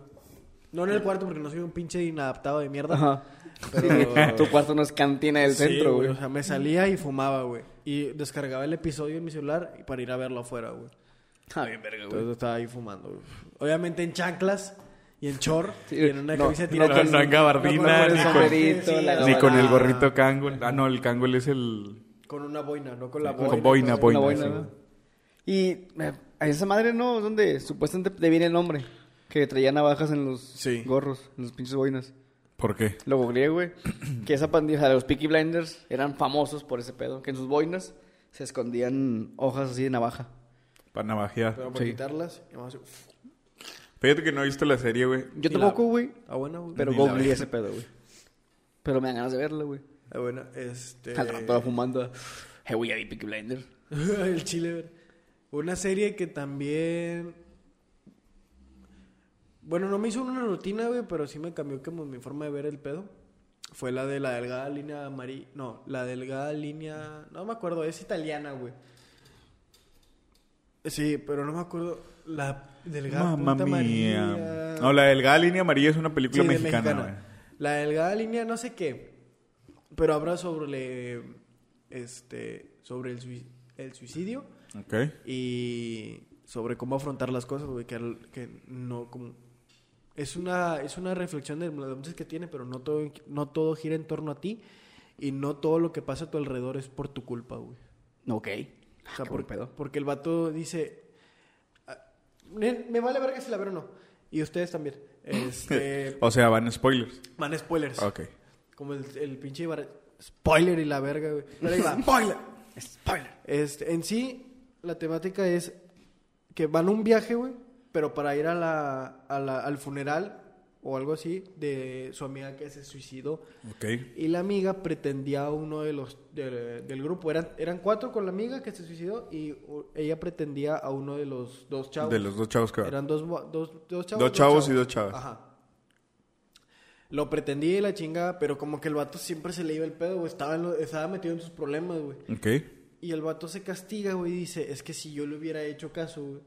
No en el cuarto porque no soy un pinche inadaptado de mierda. Ajá. Pero- tu cuarto no es cantina del Sí, centro, güey. O sea, me salía y fumaba, güey. Y descargaba el episodio en mi celular y para ir a verlo afuera, güey. Ah, bien verga, güey. Entonces yo estaba ahí fumando, güey. Obviamente en chanclas y en short Sí, y en una no, camisa No, no, no en gabardina, el ni, con, sombrerito, la ni con el gabardina. gorrito Kangol. Ah, no, el Kangol es el... Con una boina, no con la boina. con boina, entonces, boina. Una boina, sí. ¿no? Y eh, a esa madre, ¿no? Es donde supuestamente te viene el nombre. Que traía navajas en los Sí. gorros, en los pinches boinas. ¿Por qué? Lo googleé, güey. que esa pandilla de los Peaky Blinders eran famosos por ese pedo. Que en sus boinas se escondían hojas así de navaja. Para navajear. Pero para Sí. quitarlas, y vamos a hacer- Fíjate que no he visto la serie, güey. Yo Y la- tampoco, güey. Ah, bueno, güey. Pero Ni la googleé ve. ese pedo, güey. Pero me dan ganas de verlo, güey. Ah, bueno, este. Al rato la fumando. Hey, güey, ya vi Peaky Blinders. el chile, ver. Una serie que también. Bueno, no me hizo una rutina, güey, pero sí me cambió como mi forma de ver el pedo. Fue la de la delgada línea amarilla. No, la delgada línea. No me acuerdo, es italiana, güey. Sí, pero no me acuerdo. La delgada Mamma punta mía. amarilla. No, la delgada línea amarilla es una Sí, película de mexicana, güey. La delgada línea, no sé qué. Pero habla sobre. Este. Sobre el, sui- el suicidio. Ok. Y. Sobre cómo afrontar las cosas, güey. Que, al- que no. Como, es una, es una reflexión de las muchas que tiene, pero no todo, no todo gira en torno a ti. Y no todo lo que pasa a tu alrededor es por tu culpa, güey. Ok. Ah, O sea, Qué por- buen pedo. porque el vato dice, "Ah, "Ne- me vale verga si la ver o no. Y ustedes también. Este, O sea, van spoilers. man, spoilers. Ok. Como el, el pinche Ibarra- Spoiler y la verga, güey. Pero ahí va. Spoiler. Spoiler. Este, en sí, la temática es que van a un viaje, güey, pero para ir a la, a la- al funeral o algo así de su amiga que se suicidó. Ok. Y la amiga pretendía a uno de los de- del grupo. Eran, eran cuatro con la amiga que se suicidó y uh, ella pretendía a uno de los dos chavos. De los dos chavos que van. Eran dos, gua- dos, dos chavos. Dos chavos y dos chavas. Ajá. Lo pretendía y la chingada, pero como que el vato siempre se le iba el pedo, güey. Estaba, en lo- estaba metido en sus problemas, güey. Ok. Y el vato se castiga, güey, y dice, es que si yo le hubiera hecho caso, güey.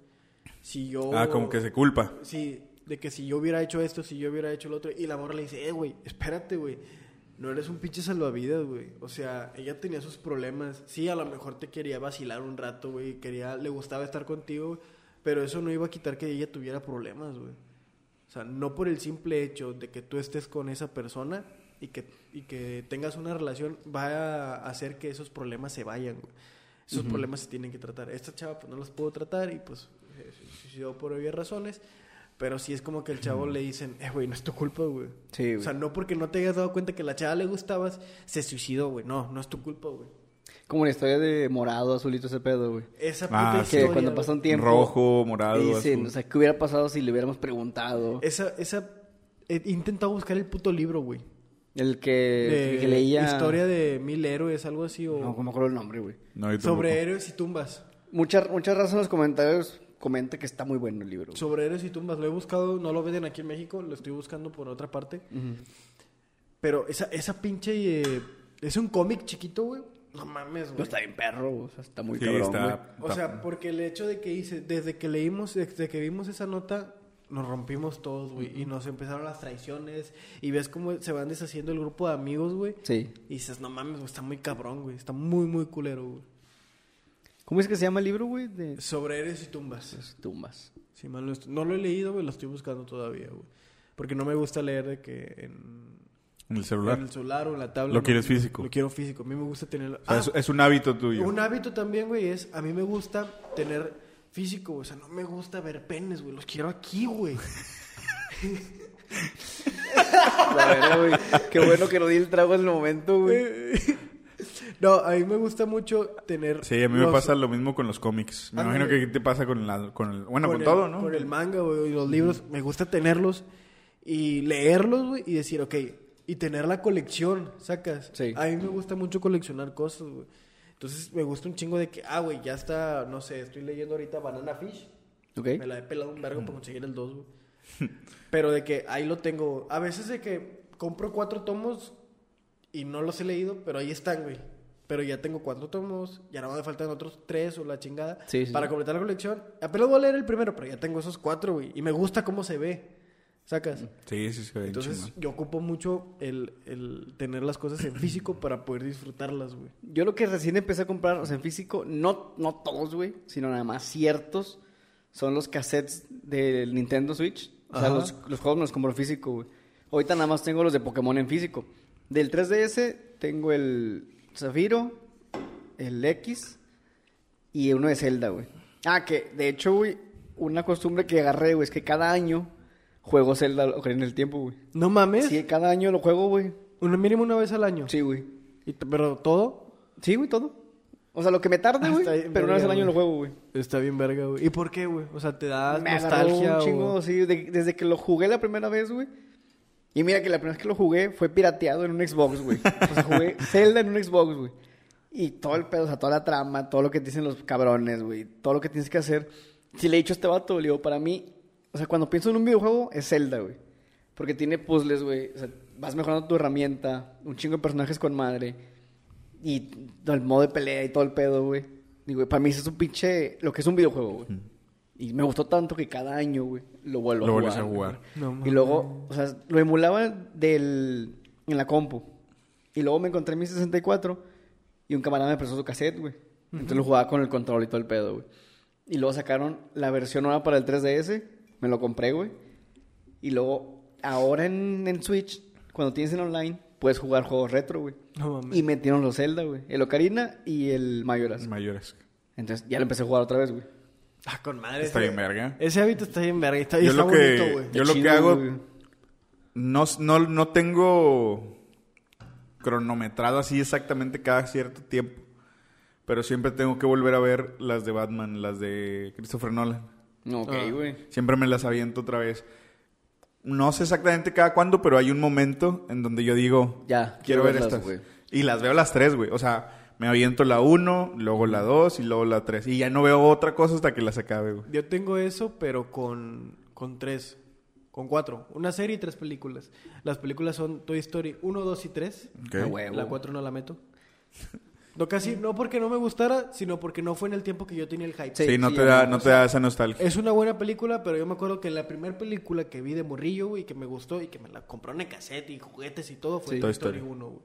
Si yo... Ah, como que se culpa. Sí, de que si yo hubiera hecho esto, si yo hubiera hecho lo otro. Y la morra le dice, eh, güey, espérate, güey. No eres un pinche salvavidas, güey. O sea, ella tenía sus problemas. Sí, a lo mejor te quería vacilar un rato, güey. Quería, le gustaba estar contigo, güey, Pero eso no iba a quitar que ella tuviera problemas, güey. O sea, no por el simple hecho de que tú estés con esa persona y que, y que tengas una relación, va a hacer que esos problemas se vayan, güey. Esos problemas se tienen que tratar. Esta chava, pues, no los pudo tratar y, pues, se suicidó por obvias razones. Pero sí es como que el chavo le dicen, eh, güey, no es tu culpa, güey. Sí, güey. O sea, no porque no te hayas dado cuenta que la chava le gustabas, se suicidó, güey. No, no es tu culpa, güey. Como la historia de morado, azulito, ese pedo, güey. Esa Ah, puta sí. Que historia, cuando güey. pasa un tiempo. Rojo, morado, Dicen, azul. o sea, ¿qué hubiera pasado si le hubiéramos preguntado? Esa, esa. He intentado buscar el puto libro, güey. El que, De el que leía. Historia de mil héroes, algo así. O... No, no me acuerdo el nombre, güey. No, yo tampoco. Sobre héroes y tumbas. Mucha, mucha raza en los comentarios comenta que está muy bueno el libro. güey. Sobre héroes y tumbas. Lo he buscado, no lo venden aquí en México, lo estoy buscando por otra parte. Pero esa, esa pinche. eh, es un cómic chiquito, güey. No mames, No, güey. está bien perro, o sea, está muy Sí, cabrón, está- güey. O sea, porque el hecho de que hice, desde que leímos, desde que vimos esa nota, nos rompimos todos, güey. Y nos empezaron las traiciones. Y ves cómo se van deshaciendo el grupo de amigos, güey. Sí. Y dices, no mames, güey, está muy cabrón, güey. Está muy, muy culero, güey. ¿Cómo es que se llama el libro, güey? De Sobre héroes y tumbas. las tumbas. Si mal no, estoy- no lo he leído, güey, lo estoy buscando todavía, güey. Porque no me gusta leer de que en, En el celular. en el celular o en la tabla. Lo no, quieres no, físico. Lo quiero físico. A mí me gusta tenerlo. O sea, Ah, es, es un hábito tuyo. Un hábito también, güey, es a mí me gusta tener físico, güey. O sea, no me gusta ver penes, güey. Los quiero aquí, güey. La verdad, güey, Qué bueno que no di el trago en el momento, güey. no, a mí me gusta mucho tener. Sí, a mí me los- pasa lo mismo con los cómics. Me Ándale. imagino que te pasa con, la, con el... Bueno, con, el- todo, ¿no? Con el manga, güey, y los libros. Me gusta tenerlos y leerlos, güey, y decir, ok, y tener la colección, sacas. Sí. A mí me gusta mucho coleccionar cosas, güey. Entonces me gusta un chingo de que, ah, güey, ya está, no sé, estoy leyendo ahorita Banana Fish. Ok. Mm. Me la he pelado un vergo para conseguir el 2, güey. Pero de que ahí lo tengo. A veces de que compro cuatro tomos y no los he leído, pero ahí están, güey. Pero ya tengo cuatro tomos, ya nada más me faltan otros tres o la chingada Sí, sí, para sí. completar la colección. Apenas voy a leer el primero, pero ya tengo esos cuatro, güey. Y me gusta cómo se ve. ¿Sacas? Mm. Sí, sí, sí. Entonces yo ocupo mucho el, el tener las cosas en físico para poder disfrutarlas, güey. Yo lo que recién empecé a comprar, o sea, en físico, no, no todos, güey, sino nada más ciertos, son los cassettes del Nintendo Switch. O sea, Ajá. los, los juegos me los compro en físico, güey. Ahorita nada más tengo los de Pokémon en físico. Del 3DS tengo el Zafiro, el X y uno de Zelda, güey. Ah, que de hecho, güey, una costumbre que agarré, güey, es que cada año juego Zelda en el tiempo, güey. No mames. Sí, cada año lo juego, güey. Una mínimo una vez al año. Sí, güey. Y t- pero todo Sí, güey, todo. O sea, lo que me tarde, Ah, güey, está bien, pero una vez al verga, año lo güey. juego, güey. Está bien verga, güey. ¿Y por qué, güey? O sea, te da Me agarró nostalgia un chingo, o... sí, de- desde que lo jugué la primera vez, güey. Y mira que la primera vez que lo jugué fue pirateado en un Xbox, güey. O sea, jugué Zelda en un Xbox, güey. Y todo el pedo, o sea, toda la trama, todo lo que te dicen los cabrones, güey. Todo lo que tienes que hacer. Si le he dicho a este vato, le digo, para mí... O sea, cuando pienso en un videojuego, es Zelda, güey. Porque tiene puzzles, güey. O sea, vas mejorando tu herramienta. Un chingo de personajes con madre. Y el modo de pelea y todo el pedo, güey. Digo, para mí eso es un pinche... Lo que es un videojuego, güey. Y me gustó tanto que cada año, güey, lo vuelvo Lo a jugar. vuelves a güey. jugar. No mames. y luego, o sea, lo emulaba del, en la compu. Y luego me encontré en mi 64 y un camarada me prestó su cassette, güey. Entonces lo jugaba con el control y todo el pedo, güey. Y luego sacaron la versión nueva para el 3DS. Me lo compré, güey. Y luego, ahora en, en Switch, cuando tienes en online, puedes jugar juegos retro, güey. No mames. Y metieron los Zelda, güey. El Ocarina y el pues, Mayoras. Mayores. Entonces ya lo empecé a jugar otra vez, güey. Ah, con madre. Está ese- bien verga. Ese hábito está bien verga. Está, Yo está lo que- bonito, güey. Yo lo que Chido, hago- güey. No, no, no tengo cronometrado así exactamente cada cierto tiempo. Pero siempre tengo que volver a ver las de Batman, las de Christopher Nolan. No, ok, Ah. güey. Siempre me las aviento otra vez. No sé exactamente cada cuándo, pero hay un momento en donde yo digo, Ya, quiero quiero ver verlas, estas. güey. Y las veo las tres, güey. O sea, me aviento la uno, luego la dos y luego la tres. Y ya no veo otra cosa hasta que las acabe, güey. Yo tengo eso, pero con, con tres. Con cuatro. Una serie y tres películas. Las películas son Toy Story 1, 2 y 3. Ok. Ah, güey. La 4 no la meto. No, casi, no porque no me gustara, sino porque no fue en el tiempo que yo tenía el hype. Sí, Sí, no, sí, te da, ya, no o eh, te da esa nostalgia. Es una buena película, pero yo me acuerdo que la primera película que vi de morrillo, güey, que me gustó y que me la compró en cassette y juguetes y todo fue Sí. Toy Toy Story Story. 1, güey.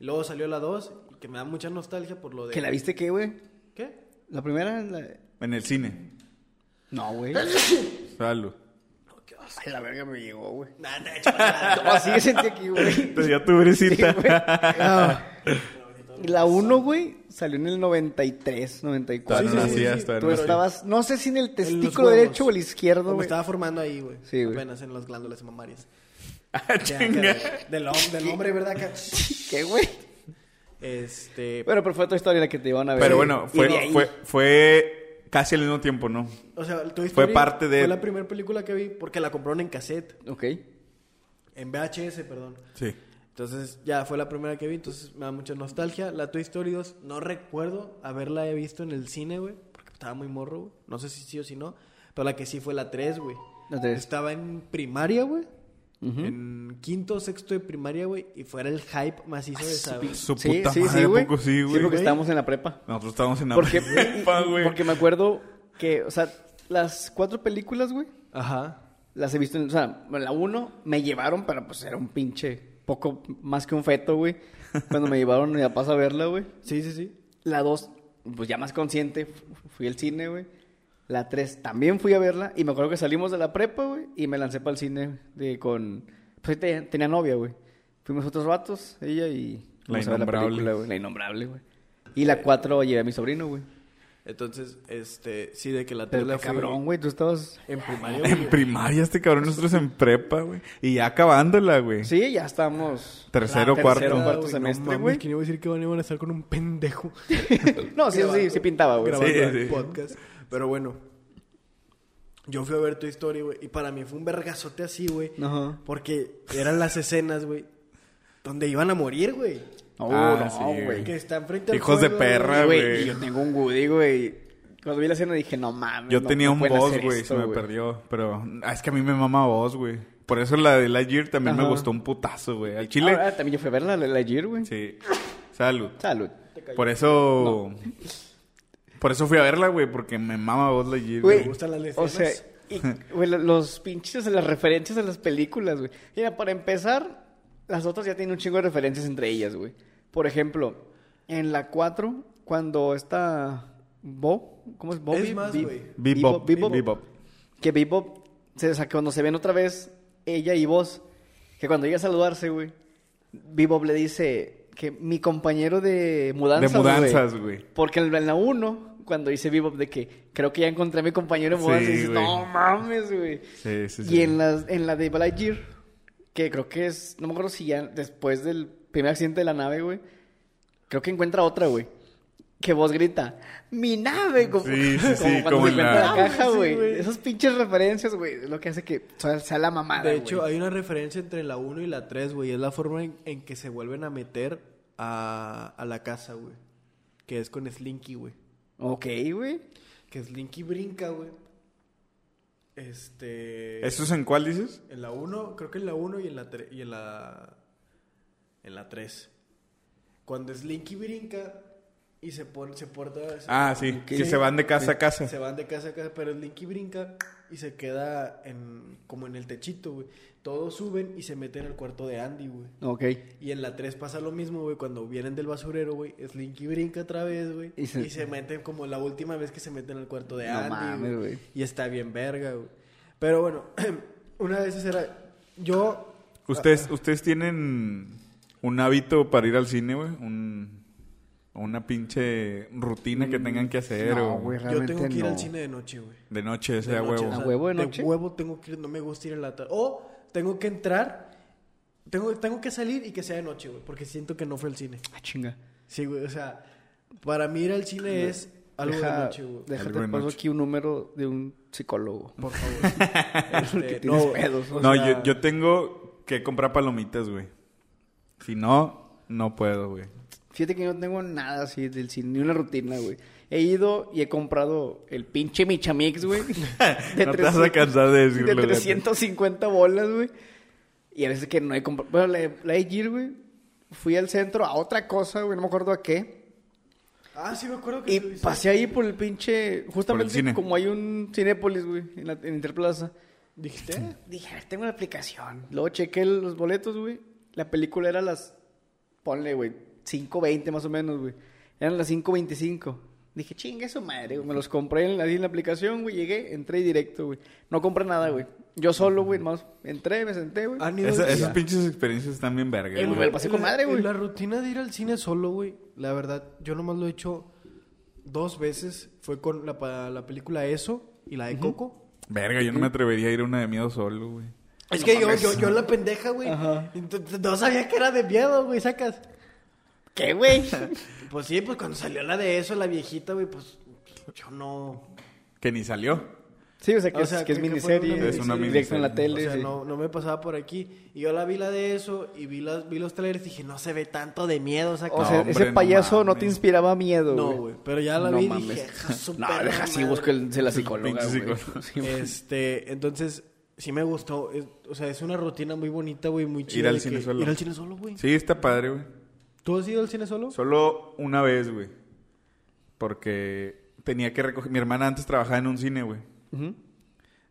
Y Luego salió la 2, y que me da mucha nostalgia por lo de... ¿Que la viste qué, güey? ¿Qué? ¿La primera? La- En el cine. No, güey. Salud. No, ¿qué vas A la verga me llegó, güey. Nah, nah, Así sentí aquí, güey. Te dio tu brisita. Sí, güey. Y La 1, güey, salió en el 93, 94. Todavía no nacías, todavía Tú no nacías. estabas, no sé si en el En los testículo derecho o huevos. el izquierdo, Como güey. estaba formando ahí, güey. Sí, güey. Apenas en las glándulas mamarias. Ah, Ya, chinga. que- del, hom- del hombre, ¿verdad? Acá. ¿Qué, güey? Este. Bueno, pero fue tu historia la que te iban a ver. Pero bueno, Y de fue, ahí- fue, fue casi al mismo tiempo, ¿no? O sea, Toy Fue Story parte de- Fue la primera película que vi porque la compraron en cassette. Ok. En VHS, perdón. Sí. Entonces, ya fue la primera que vi, entonces me da mucha nostalgia. La Toy Story 2, no recuerdo haberla he visto en el cine, güey, porque estaba muy morro, güey. No sé si sí o si no, pero la que sí fue la 3, güey. La tres. Estaba en primaria, güey. En quinto o sexto de primaria, güey, y fuera el hype macizo de esa, güey. Su Ah, Sí, puta sí, madre, sí, ¿a güey. poco sí, güey? porque estábamos en la prepa. Nosotros estábamos en la Porque, prepa, güey. porque me acuerdo que, o sea, las cuatro películas, güey, Ajá. las he visto en. O sea, la uno me llevaron, pero pues era un pinche poco más que un feto, güey. Cuando me llevaron mi papás a verla, güey. Sí, sí, sí. La dos, pues ya más consciente, fu- fui al cine, güey. La tres, también fui a verla. Y me acuerdo que salimos de la prepa, güey. Y me lancé para el cine de, con... Pues te- tenía novia, güey. Fuimos otros ratos, ella y... La fuimos a ver innombrable. güey. La innombrable, güey. Y la cuatro llevé a mi sobrino, güey. Entonces, este, sí, de que la 3 Pero la qué fui cabrón, güey. Tú estabas... en primaria, En güey. primaria, este cabrón, nosotros en prepa, güey. Y ya acabándola, güey. Sí, ya estamos... Tercero, La- cuarto. tercero, Era, cuarto güey, semestre, no mames, güey. que no iba a decir que van iban a estar con un pendejo. no, sí, sí, sí pintaba, güey. Grabando. Sí. grabando el sí. podcast. Pero bueno, yo fui a ver tu historia, güey. Y para mí fue un vergazote así, güey. Ajá. Porque eran las escenas, güey, donde iban a morir, güey. No, Ah, no, sí, güey. güey. Que están frente al Hijos de fuego, güey. perra, Güey, güey. y yo tengo un Woody, güey. Cuando vi la escena dije, no mames. Yo no- tenía no un pueden boss, hacer güey, se esto, me perdió. Pero ah, es que a mí me mama voz, güey. Por eso la de Lightyear también me Ajá. gustó un putazo, güey. Al chile. Ahora, también yo fui a verla, la, la Year, güey. Sí. Salud. Salud. Por eso. Por eso fui a verla, güey, porque me mama voz Lightyear. Güey, Me gustan las o escenas. sea, y, güey, la- los pinches, las referencias a las películas, güey. Mira, para empezar, las otras ya tienen un chingo de referencias entre ellas, güey. Por ejemplo, en la 4, cuando está Bo, ¿cómo es Bobby? Es más, Bi- güey. Bebop, Bebop. Bebop. Que Bebop, se, o sea, que cuando se ven otra vez ella y vos, que cuando llega a saludarse, güey, Bebop le dice que mi compañero de De mudanzas, güey. mudanzas, güey. Porque en en la 1, cuando dice Bebop de que creo que ya encontré a mi compañero de mudanzas, Sí, dices, güey. no mames, güey. Sí, sí, sí. Y en la, en la de Lightyear, que creo que es, no me acuerdo si ya después del primer accidente de la nave, güey, creo que encuentra otra, güey. Que vos grita, mi nave, como, Sí, sí, sí, como cuando como se en la- encuentra la, caja, Ah, Sí, güey. güey. Esas pinches referencias, güey, es lo que hace que sea, sea la mamada. De hecho, güey. hay una referencia entre la 1 y la 3, güey. Es la forma en, en que se vuelven a meter a, a la casa, güey. Que es con Slinky, güey. Ok, güey. Que Slinky brinca, güey. Este. ¿Eso es en cuál dices? En la 1, creo que en la 1 y en la 3. Y en la. En la 3. Cuando Slinky brinca y se, pone, se porta. se- Ah, sí, como que se van de casa a casa. Se van de casa a casa, pero Slinky brinca y se queda en, como en el techito, güey. Todos suben y se meten al cuarto de Andy, güey. Ok. Y en la 3 pasa lo mismo, güey. Cuando vienen del basurero, güey, Slinky brinca otra vez, güey. Y Y se- se, meten como la última vez que se meten al cuarto de No Andy. mames, güey. güey. Y está bien verga, güey. Pero bueno, una vez esa era. Yo. ¿Ustedes, ¿Ustedes tienen un hábito para ir al cine, güey? Un, una pinche rutina que tengan que hacer No, o güey, Yo realmente tengo que ir no. al cine de noche, güey. de noche, ese De a noche, huevo. o sea, ¿A huevo de noche? huevo tengo que ir, no me gusta ir a la tarde. O tengo que entrar. Tengo, tengo que salir y que sea de noche, güey. Porque siento que no fue al cine. Ah, chinga. Sí, güey. O sea, para mí ir al cine es algo Deja, de noche, güey. Déjate Algo de paso noche. aquí un número de un psicólogo. Por favor. Porque Este, tienes no, pedos. o no, sea- yo, yo tengo que comprar palomitas, güey. Si no, no puedo, güey. Fíjate que yo no tengo nada así del cine, ni una rutina, güey. He ido y he comprado el pinche Michamix, güey. De No te vas a cansar de decirlo, De güey. 350 bolas, güey. Y a veces que no he comprado. Bueno, la, la de Gear, güey. Fui al centro a otra cosa, güey, no me acuerdo a qué. Ah, sí, me acuerdo que Y tú dices- pasé ahí por el pinche. Justamente cine. como hay un Cinépolis, güey, en, la- en Interplaza. ¿Dijiste? Dije, a ver, tengo la aplicación. Luego chequé los boletos, güey. La película era las. Ponle, güey. 5.20 más o menos, güey. Eran las 5.25. Dije, chingue su madre, güey. Me los compré en la, ahí en la aplicación, güey. Llegué, entré y directo, güey. No compré nada, güey. Yo solo, güey, más entré, me senté, güey. Han ido Esa- al esas cine. pinches experiencias están bien verga, El güey. me la pasé con La- madre, güey. La rutina de ir al cine solo, güey. La verdad, yo nomás lo he hecho dos veces. Fue con la, pa- la película Eso y la de Coco. Verga, yo no me atrevería a ir a una de miedo solo, güey. Es que yo, yo, yo en la pendeja, güey. t- t- No sabía que era de miedo, güey, sacas. ¿Qué, güey? Pues sí, pues cuando salió la de Eso, la viejita, güey, pues yo no... Que ni salió. Sí, o sea, que, O es- sea, que es que- que fue miniserie. una Es una miniserie. Directo en la O O tele. sea, sí. no, no me pasaba por aquí. Y yo la vi la de Eso y vi, las, vi los trailers y dije, no se ve tanto de miedo, sacas. O sea, hombre, ese no payaso no, te mames. inspiraba miedo, No, güey. güey, pero ya la No vi y mames. dije, "Ja, su No, perra deja así, madre". busca el, de la psicóloga, pinche güey. psicólogo. Sí, güey. Este, entonces, sí me gustó. es- o sea, es una rutina muy bonita, güey, muy chida. al de cine que- solo. Ir al cine solo, güey. Sí, está padre, güey. ¿Tú has ido al cine solo? Solo una vez, güey. Porque tenía que recoger... Mi hermana antes trabajaba en un cine, güey. Ujú.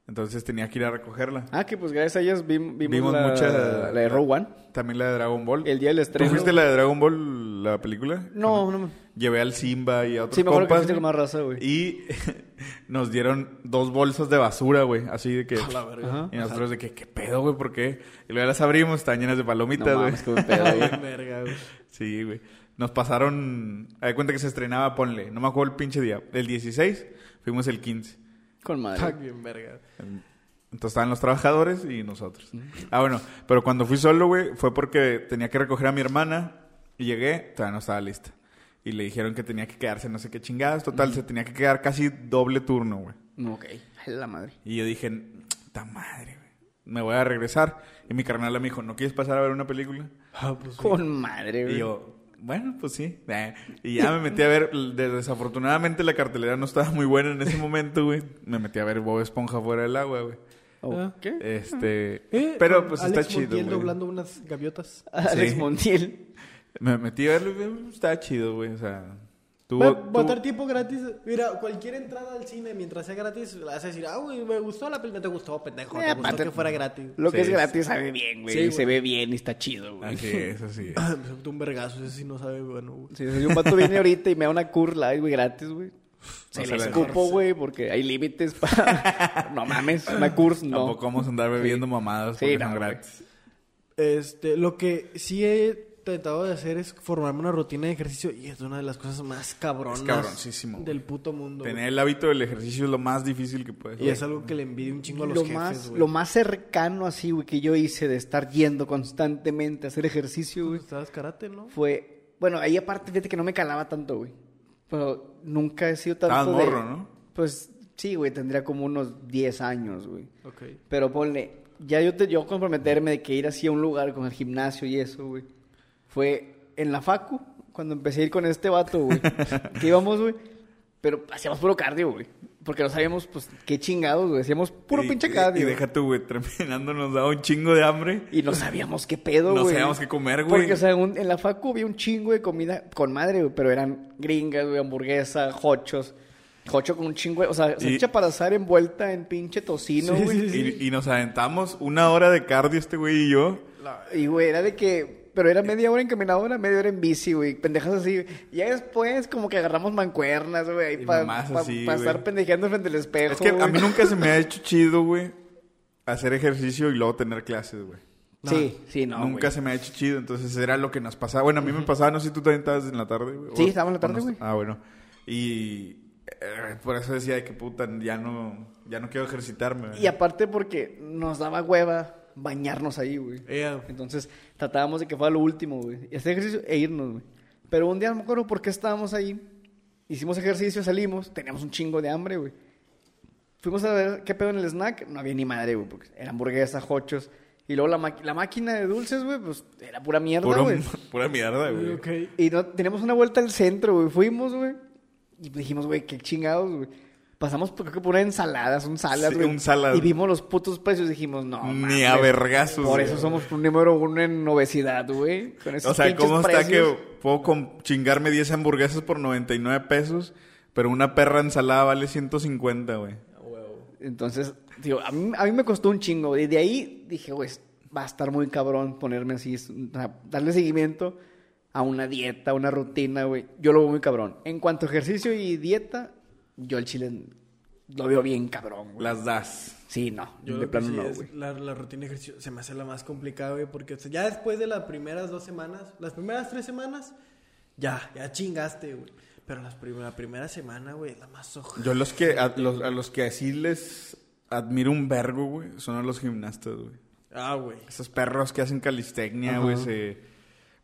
Entonces tenía que ir a recogerla. Ah, que pues gracias a ellas vim- vimos, Vimos la, mucha- la de Rogue One. También la de Dragon Ball. El día del ¿Tú estreno. fuiste la de Dragon Ball, la película? No, no. me- Llevé al Simba y a otros Sí, me acuerdo que compas, fuiste güey. con más raza, güey. Y nos dieron dos bolsas de basura, güey. Así de que... Ajá. Y nosotros de que, ¿qué pedo, güey? ¿Por qué? Y luego las abrimos, están llenas de No palomitas, güey. mames, qué buen pedo, güey. Verga, güey. Sí, güey. Nos pasaron. A de cuenta que se estrenaba, ponle. No me acuerdo el pinche día. El 16, fuimos el 15. Con madre. Fuck, bien verga. Entonces estaban los trabajadores y nosotros. Ah, bueno. Pero cuando fui solo, güey, fue porque tenía que recoger a mi hermana. Y llegué, todavía no estaba lista. Y le dijeron que tenía que quedarse no sé qué chingados. Total, se tenía que quedar casi doble turno, güey. No, ok. A la madre. Y yo dije, ta madre, güey. Me voy a regresar. Y mi carnal me dijo, ¿no quieres pasar a ver una película? Ah, pues Con madre, güey. Y yo, bueno, pues sí. Eh, Y ya me metí a ver. de- Desafortunadamente la cartelera no estaba muy buena en ese momento, güey. Me metí a ver Bob Esponja fuera del agua, güey. ¿eh? Oh, ¿Qué? Este. Eh, pero con pues Alex está chido. Montiel güey. doblando unas gaviotas. Alex Montiel. Me metí a verlo y güey, está chido, güey. O sea, tuvo. Va, va a tuvo- estar tiempo gratis. Mira, cualquier entrada al cine mientras sea gratis, la vas a decir, ah, güey, me gustó la película. No te gustó, pendejo. Eh, te gustó aparte- que fuera gratis. Lo que Sí, es sí. gratis sabe bien, güey. Sí, y güey. se ve bien y está chido, güey. Así es, así es. Me soltó un vergazo, ese sí no sabe, bueno, güey. Si un vato viene ahorita y me da una curla, güey, gratis, güey. Se No le se la- escupo, güey, porque hay límites para... no mames, una curse, no. Tampoco vamos a andar bebiendo mamadas Sí, porque no, son güey. gratis. Este, lo que sí he tratado de hacer es formarme una rutina de ejercicio y es una de las cosas más cabronas Es cabroncísimo, güey. del puto mundo. güey. Tener el hábito del ejercicio es lo más difícil que puedes. Y es algo que le envidio un chingo a los lo jefes, más, güey. lo más cercano así, güey, que yo hice de estar yendo constantemente a hacer ejercicio, güey, Estabas karate, ¿no? fue... Bueno, ahí aparte, fíjate que no me calaba tanto, güey. Pero nunca he sido Estabas tanto de... morro, ¿no? Pues sí, güey, tendría como unos 10 años, güey. Ok. Pero ponle, ya yo, te, yo comprometerme de que ir así a un lugar con el gimnasio y eso, güey. Fue en la facu, cuando empecé a ir con este vato, güey. que íbamos, güey. Pero hacíamos puro cardio, güey. Porque no sabíamos, pues, qué chingados, güey. Hacíamos puro Y- pinche y- cardio. Y güey. deja tú, güey, terminando nos da un chingo de hambre. Y no sabíamos qué pedo, No güey. sabíamos qué comer, güey. Porque, o sea, un- en la facu había un chingo de comida con madre, güey. Pero eran gringas, güey, hamburguesas, hochos. Hocho con un chingo, de- o sea, se Y- echa para asar envuelta en pinche tocino, Sí, güey. sí, sí. Y, y nos aventamos una hora de cardio este güey y yo. Y, güey, era de que... Pero era media hora en caminadora, media hora en bici, güey. Pendejas así. Ya después como que agarramos mancuernas, güey. Y Para mamás así, güey. estar pendejeando frente al espejo, Es que a güey. mí nunca se me ha hecho chido, güey, hacer ejercicio y luego tener clases, güey. Sí, sí, no, nunca güey. se me ha hecho chido, entonces era lo que nos pasaba. Bueno, a mí me pasaba, no sé si tú también estabas en la tarde, güey. Sí, o- estaba en la o tarde, no- güey. Ah, bueno. Y eh, por eso decía, ay, qué puta, ya no, ya no quiero ejercitarme. güey. Y aparte porque nos daba hueva bañarnos ahí, güey. Ea. Entonces tratábamos de que fuera lo último, güey. Y hacer ejercicio e irnos, güey. Pero un día no me acuerdo por qué estábamos ahí. Hicimos ejercicio, salimos, teníamos un chingo de hambre, güey. Fuimos a ver qué pedo en el snack. No había ni madre, güey, porque eran hamburguesas, hochos. Y luego la, maqui- la máquina de dulces, güey, pues era pura mierda, Puro- güey. pura mierda, güey. Ok. Y no, teníamos una vuelta al centro, güey. Fuimos, güey. Y dijimos, güey, qué chingados, güey. Pasamos por, creo que por una ensalada, son salas, Sí, güey. un salad. Y vimos los putos precios y dijimos, no. Ni mames, a vergazos. Por güey. eso somos un número uno en obesidad, güey. Con esos O sea, pinches ¿cómo está precios. que puedo com- chingarme 10 hamburguesas por 99 pesos, pero una perra ensalada vale 150, güey? Entonces, digo, a mí, a mí me costó un chingo. güey. Y de ahí dije, güey, va a estar muy cabrón ponerme así, es- o sea, darle seguimiento a una dieta, a una rutina, güey. Yo lo veo muy cabrón. En cuanto a ejercicio y dieta, yo el chile lo veo bien cabrón, güey. Las das. Sí, no, Yo de lo que plano sí no, es güey. la, la rutina de ejercicio se me hace la más complicada, güey, porque o sea, ya después de las primeras dos semanas, las primeras tres semanas, ya, ya chingaste, güey. Pero las prim- la primera semana, güey, es la más hoja. Yo los que, a los, a los que así les admiro un vergo, güey, son a los gimnastas, güey. Ah, güey. Esos perros que hacen calistecnia, güey, se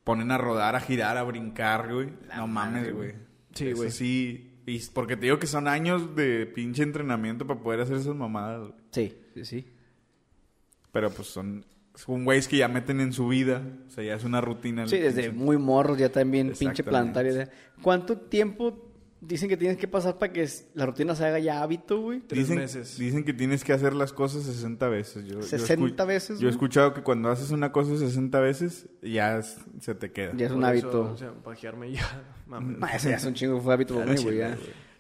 ponen a rodar, a girar, a brincar, güey. no mames, güey. Sí, Eso güey. Sí, y es porque te digo que son años de pinche entrenamiento para poder hacer esas mamadas, güey. Sí, sí, sí. Pero pues son, son güeyes que ya meten en su vida. O sea, ya es una rutina. el Sí, desde pinche- muy morros ya también, pinche Exactamente. plantaria. ¿Cuánto tiempo dicen que tienes que pasar para que s- la rutina se haga ya hábito, güey? tres dicen, meses. Dicen que tienes que hacer las cosas 60 veces. Yo, yo 60 escu- veces, Yo güey. he escuchado que cuando haces una cosa 60 veces, ya es- se te queda. Ya es un Por eso, hábito. O sea, pajearme ya, mames. Ma, Eso ya es un chingo, fue hábito para Ya mí, no güey. sirve,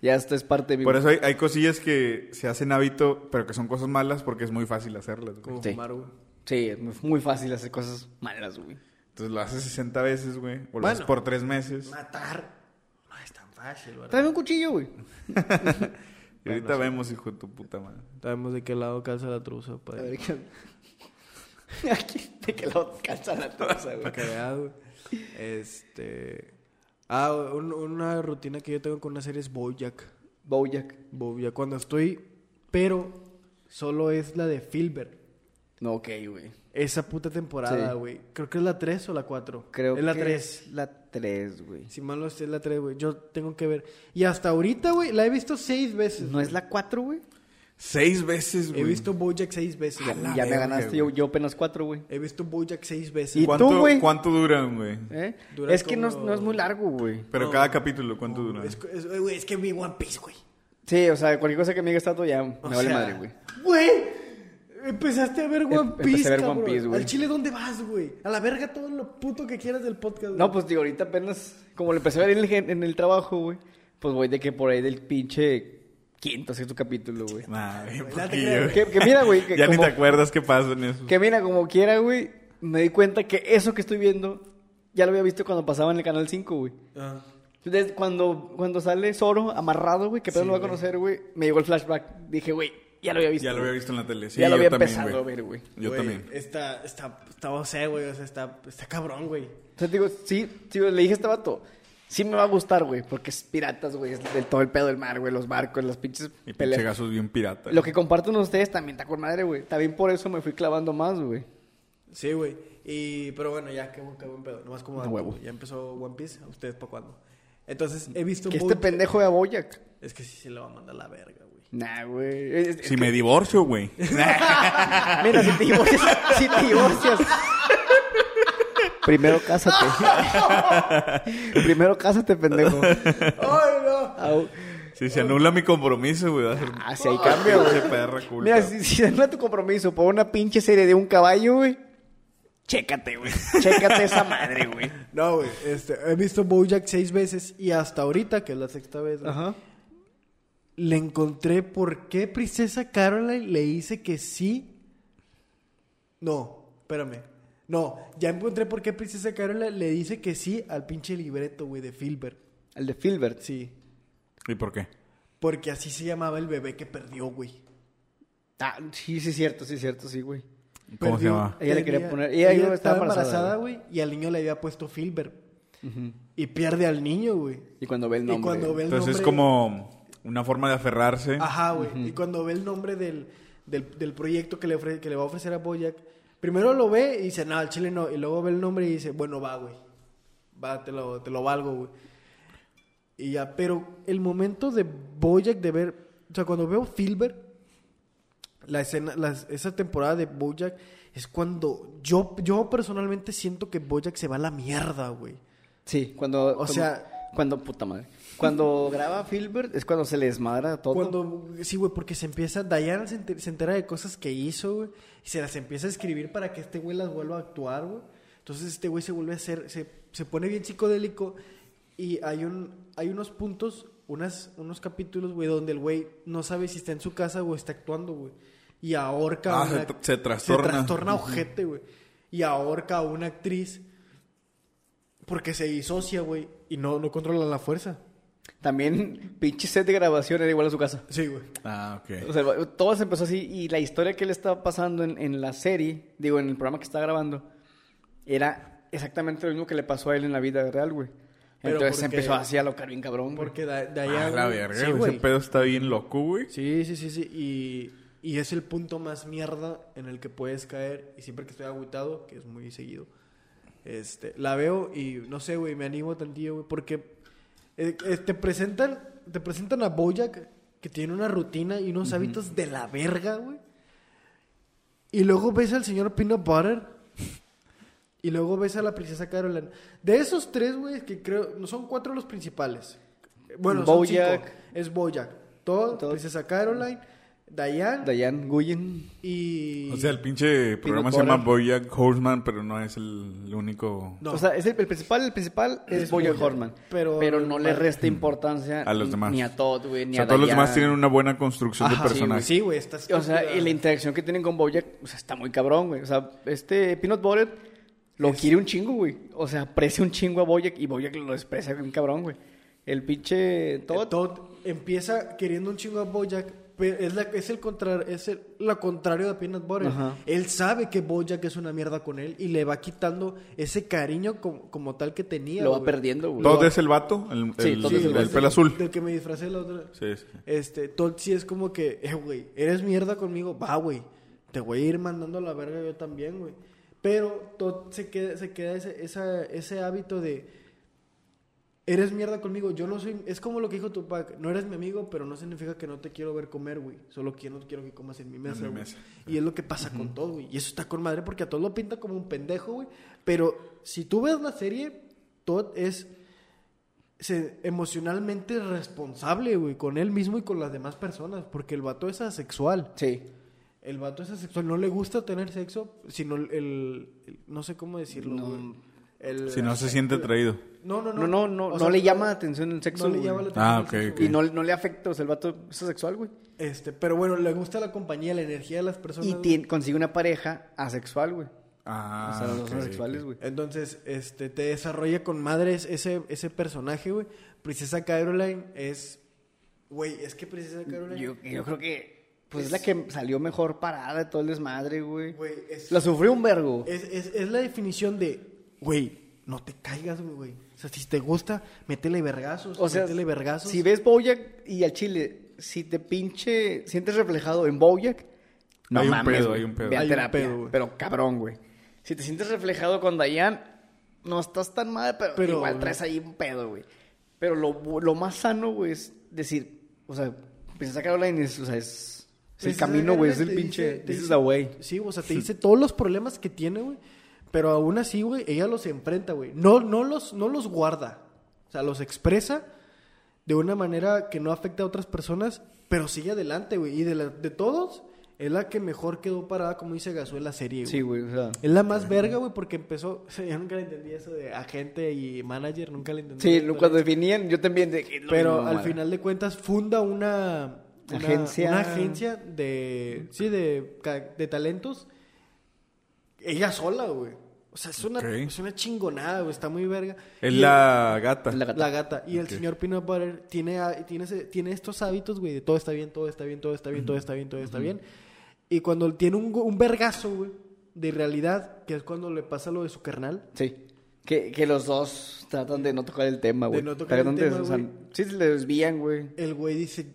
Ya, ya esto es parte de mi... Por eso hay, hay cosillas que se hacen hábito, pero que son cosas malas porque es muy fácil hacerlas. güey. Como Sí. fumar, güey. Sí, es muy, muy fácil hacer cosas malas, güey. Entonces lo haces 60 veces, güey. O lo Bueno. haces por 3 meses. Matar. No es tan fácil, ¿verdad? Tráeme un cuchillo, güey. Y ahorita vemos, hijo de tu puta madre. Sabemos de qué lado calza la truza, pues. A para ver, ¿qué- Aquí, de que lo calza la taza, güey. Para que veas, güey. Este. Ah, un- una rutina que yo tengo con una serie es Bojack. Bojack. Bojack, cuando estoy. Pero solo es la de Filbert. No, ok, güey. Esa puta temporada, Sí. güey. Creo que es la 3 o la 4. Creo es la que 3. es La 3, güey. Si mal no estoy, es la 3, güey. Yo tengo que ver. Y hasta ahorita, güey, la he visto 6 veces. ¿No es la 4, güey? Seis veces, güey. He visto Bojack 6 veces. Ya, la ya me verga, ganaste, yo, güey. yo apenas 4, güey. He visto Bojack 6 veces. ¿Y tú, ¿Cuánto, güey? ¿Cuánto duran, güey? ¿Eh? Dura Es que no, es- como- no es muy largo, güey. Pero cada capítulo, ¿cuánto dura? Es, es- eh, güey, es que vi One Piece, güey. Sí, o sea, cualquier cosa que me digas tanto ya me O vale sea, madre, güey. Em, Güey, empezaste a ver One empecé Piece. a ver One cabrón. Piece, güey. Al chile, ¿dónde vas, güey? A la verga todo lo puto que quieras del podcast. No, güey. pues digo, ahorita apenas, como lo empecé a ver en el, gen- en el trabajo, güey, pues voy de que por ahí del pinche quinto, sexto capítulo, güey. Nah, bien te poquillo, creas. güey. Que, que mira, güey, que, ya ni como- te acuerdas qué pasa en eso. que mira, como quiera, güey, me di cuenta que eso que estoy viendo ya lo había visto cuando pasaba en el Canal 5, güey. Ah, Entonces, cuando, cuando sale Zoro amarrado, güey, que Pedro lo va a conocer, güey, me llegó el flashback. Dije, güey, ya lo había visto. Ya lo había güey. visto en la tele. Sí, ya lo yo había también, empezado a ver, güey. Yo güey, también. Está, está, está, o sea, güey, o sea, está, está cabrón, güey. O sea, te digo, sí, sí, le dije a este vato, sí me va a gustar, güey, porque es piratas, güey, es del todo el pedo del mar, güey, los barcos, las pinches Y pinche peleas. gasos bien pirata. Lo que comparten ustedes también está con madre, güey. También por eso me fui clavando más, güey. Sí, güey. Y, pero bueno, ya, qué, buen- qué buen pedo. Nomás como De dato, huevo. güey. Ya empezó One Piece. ¿A ustedes para cuándo? Entonces, he visto... Que este Bojack- pendejo de Aboyac. Es que sí se le va a mandar la verga, güey. Nah, güey. Es- es Si que- me divorcio, güey. Mira, si te divorcias, si te divorcias. Primero cásate. Primero cásate, pendejo. ¡Ay, no! Au. si se anula mi compromiso, güey. va a ser- Ah, si hay cambio, güey. Pinche perra culta. Mira, si, si anula tu compromiso por una pinche serie de un caballo, güey. Chécate, güey. Chécate esa madre, güey. No, güey, este, he visto Bojack seis veces y hasta ahorita, que es la sexta vez, güey, le encontré por qué Princesa Caroline le dice que sí. No, espérame. No, ya encontré por qué Princesa Caroline le dice que sí al pinche libreto, güey, de Filbert. El de Filbert. Sí, ¿Y por qué? porque así se llamaba el bebé que perdió, güey. Ah, sí, sí, cierto, sí, cierto, sí, güey. ¿Cómo se Perdió- llama? Ella le quería tenía- poner- ella iba- estaba embarazada, güey, y al niño le había puesto Filbert. Y pierde al niño, güey. Y cuando ve el nombre. Y cuando ve el Entonces nombre- es Ah. como una forma de aferrarse. Ajá, güey. Y cuando ve el nombre del, del, del proyecto que le, ofre- que le va a ofrecer a Boyac, primero lo ve y dice, no, al chile no. Y luego ve el nombre y dice, bueno, va, güey. Va, te lo, te lo valgo, güey. Y ya, pero el momento de Boyac de ver, o sea, cuando veo Filbert, la escena, las- esa temporada de Bojack es cuando yo, yo personalmente siento que Boyac se va a la mierda, güey. Sí, cuando. O sea- Cuando. Puta madre. Cuando graba Filbert es cuando se le desmadra todo. Cuando, sí, güey, porque se empieza, Diana se enter- se entera de cosas que hizo, güey, y se las empieza a escribir para que este güey las vuelva a actuar, güey. Entonces este güey se vuelve a hacer, se, se pone bien psicodélico y hay, un, hay unos puntos, unas, unos capítulos, güey, donde el güey no sabe si está en su casa o está actuando, güey. Y ahorca a Ah, se una- tr- se trastorna. Se trastorna ojete, güey. Y ahorca a una actriz porque se disocia, güey, y no, no controla la fuerza. También pinche set de grabación era igual a su casa. Sí, güey. Ah, ok. O sea, todo se empezó así y la historia que él estaba pasando en, en la serie, digo, en el programa que estaba grabando, era exactamente lo mismo que le pasó a él en la vida real, güey. Pero Entonces se porque- empezó así a locar bien cabrón, güey. Porque de, de allá... Ah, la güey, verga, sí, güey. Ese güey. pedo está bien loco, güey. Sí, sí, sí, sí. Y, y es el punto más mierda en el que puedes caer. Y siempre que estoy agüitado, que es muy seguido, este, la veo y no sé, güey, me animo tantillo, güey. Porque eh, eh, te presentan, te presentan a Bojack que tiene una rutina y unos hábitos de la verga, güey. Y luego ves al señor Peanut Butter. Y luego ves a la princesa Caroline. De esos tres, güey, que creo. No son cuatro los principales. Bueno, Bojack. Bojack. Es Bojack. Todd, Todd. princesa Caroline, Diane Dayan Guyen. y. O sea, el pinche programa se Butter. llama Boyack Horseman, pero no es el único... No. O sea, es el, el principal, el principal es, Es Bojack Bojack, Horseman. pero- Pero, no le resta importancia A los demás. ni a Todd, güey, O ni sea, a todos los Dayan. demás tienen una buena construcción Ajá, de sí, personaje. Sí, güey, estás. O sea, y la interacción que tienen con Bojack, o sea, está muy cabrón, güey. O sea, este Peanut Butter lo quiere un chingo, güey. O sea, aprecia un chingo a Bojack y Bojack lo desprecia bien cabrón, güey. El pinche Todd. Todd. empieza queriendo un chingo a Bojack. Pero es, la, es, el contra, es el- lo contrario de Peanut Butter. Ajá. Él sabe que Bojack es una mierda con él y le va quitando ese cariño como, como tal que tenía. lo va güey. perdiendo, güey. Todd es el vato, el, Sí, el- Todd Sí, es el güey, pelo azul. Del que me disfracé la otra. Sí, sí. Este, Todd sí es como que, eh, güey, eres mierda conmigo, va, güey. Te voy a ir mandando a la verga yo también, güey. Pero Todd se queda, se queda ese, esa- ese hábito de, eres mierda conmigo, yo no soy, es como lo que dijo Tupac, no eres mi amigo, pero no significa que no te quiero ver comer, güey. Solo que yo no quiero que comas en mi mesa, güey. mesa. Y es lo que pasa con Todd, güey. Y eso está con madre porque a Todd lo pinta como un pendejo, güey. Pero si tú ves la serie, Todd es se- emocionalmente responsable, güey, con él mismo y con las demás personas, porque el vato es asexual. Sí. El vato es asexual, no le gusta tener sexo, sino el, el- el- no sé cómo decirlo, No. güey. El- Si no se siente atraído. No, no, no. No, no, no, O no sea, le llama la atención el sexo. no le güey. llama la Ah, atención el ok, sexo, Y no, no le afecta, o sea, el vato es asexual, güey. güey. Este, pero bueno, le gusta la compañía, la energía de las personas. Y güey. tien- consigue una pareja asexual, güey. Ah, o sea, los dos ok, son asexuales, güey. Entonces, este, te desarrolla con madres ese, ese personaje, güey. Princesa Caroline es, güey, es que Princesa Caroline, Yo, yo creo que pues es la que salió mejor parada de todo el desmadre, güey. güey, es La sufrió un vergo. Es, es- es la definición de, güey, no te caigas, güey, güey. O sea, si te gusta, métele vergazos. O sea, métele vergazos. si ves Bojack y al chile, si te pinche, sientes reflejado en Bojack, no Hay un mames, pedo, güey. hay un pedo. Ve a Hay un terapia, pedo, güey. pero cabrón, güey. Si te sientes reflejado con Dayan, no estás tan mal, pero, Pero- igual traes ahí un pedo, güey. Pero lo, bu- lo más sano, güey, es decir, o sea, pues Princesa Caroline es, o sea, es, es el Pues, camino, güey, es el realmente te pinche, "Ah, dice- te this is dice- the way. Sí, o sea, te dice todos los problemas que tiene, güey. Pero aún así, güey, ella los enfrenta, güey. No, no, los, no los guarda. O sea, los expresa de una manera que no afecta a otras personas, pero sigue adelante, güey. Y de, la- de todos, es la que mejor quedó parada, como dice Gasú en la serie, güey. Sí, güey, o sea. Es la más verga, güey, porque empezó. O sea, yo nunca le entendí eso de agente y manager, nunca le entendí. Sí, Pero- lo- cuando definían, yo también dije, "Lo Pero mismo, al mamada". final de cuentas funda una, una Agencia. una agencia de. Sí, de, ca- de talentos. Ella sola, güey. O sea, es una, Ok. es una chingonada, güey. Está muy verga. Es Y la gata. Ah, La gata. la gata. Y el Ok. señor Peanut Butter tiene, a- tiene, ese- tiene estos hábitos, güey, de todo está bien, todo está bien, todo está bien, todo está bien, todo está bien. Y cuando tiene un, go- un vergazo, güey, de realidad, que es cuando le pasa lo de su carnal. Sí. Que, que los dos tratan de no tocar el tema, De güey. no tocar el Tratan de- tema, o sea, güey. sí, se le desvían, güey. El güey dice,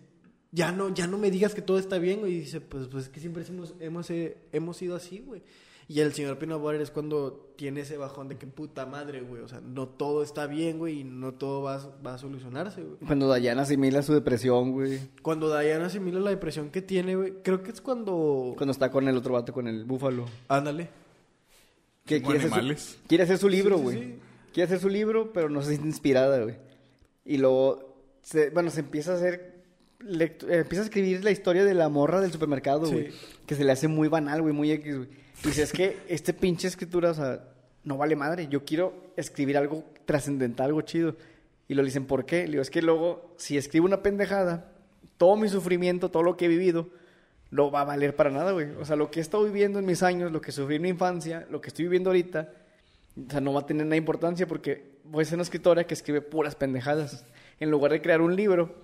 ya no, ya no me digas que todo está bien, güey. Y dice, pues, pues es que siempre hemos, hemos, eh, hemos sido así, güey. Y el señor Peanut Butter es cuando tiene ese bajón de que puta madre, güey. O sea, no todo está bien, güey, y no todo va, a- va a solucionarse, güey. Cuando Dayana asimila su depresión, güey. Cuando Diana asimila la depresión que tiene, güey, creo que es cuando... Cuando está con el otro vato, con el búfalo. Ándale. Que Como quiere hacer, animales. su, quiere hacer su libro, sí, güey. sí. Quiere hacer su libro, pero no se siente inspirada, güey. Y luego, se- bueno, se empieza a hacer... lectu- eh, empieza a escribir la historia de la morra del supermercado, Sí. güey. Que se le hace muy banal, güey, muy X, güey. Y Dice, es que este pinche escritura, o sea, no vale madre. Yo quiero escribir algo trascendental, algo chido. Y lo dicen, ¿por qué? Le digo, es que luego, si escribo una pendejada, todo mi sufrimiento, todo lo que he vivido, no va a valer para nada, güey. O sea, lo que he estado viviendo en mis años, lo que sufrí en mi infancia, lo que estoy viviendo ahorita, o sea, no va a tener nada de importancia porque voy a ser una escritora que escribe puras pendejadas. en lugar de crear un libro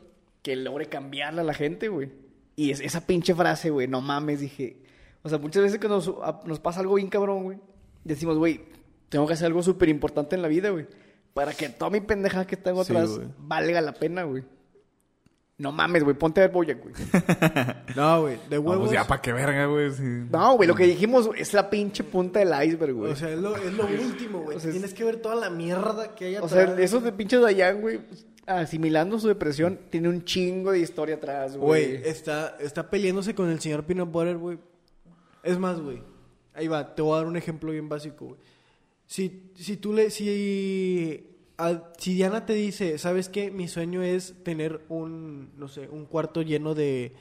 que logre cambiarle a la gente, güey. Y es, esa pinche frase, güey, no mames, dije. O sea, muchas veces cuando nos, a- nos pasa algo bien cabrón, güey, decimos, güey, tengo que hacer algo súper importante en la vida, güey. Para que toda mi pendejada que tengo Sí, atrás güey. valga la pena, güey. No mames, güey, ponte a ver Boyac, güey. No, güey, de No, huevos. pues ya, ¿para qué verga, güey? Sí. No, güey, lo que dijimos güey, es la pinche punta del iceberg, güey. O sea, es lo, es lo último, güey. O sea, es- Tienes que ver toda la mierda que hay O atrás. sea, esos de pinche Dayan, güey, asimilando su depresión, tiene un chingo de historia atrás, güey. Güey, está, está peleándose con el señor Peanut Butter, güey. Es más, güey. Ahí va, te voy a dar un ejemplo bien básico, güey. Si, si tú le. Si, a- si Diana te dice, ¿sabes qué? Mi sueño es tener un. No sé, un cuarto lleno de.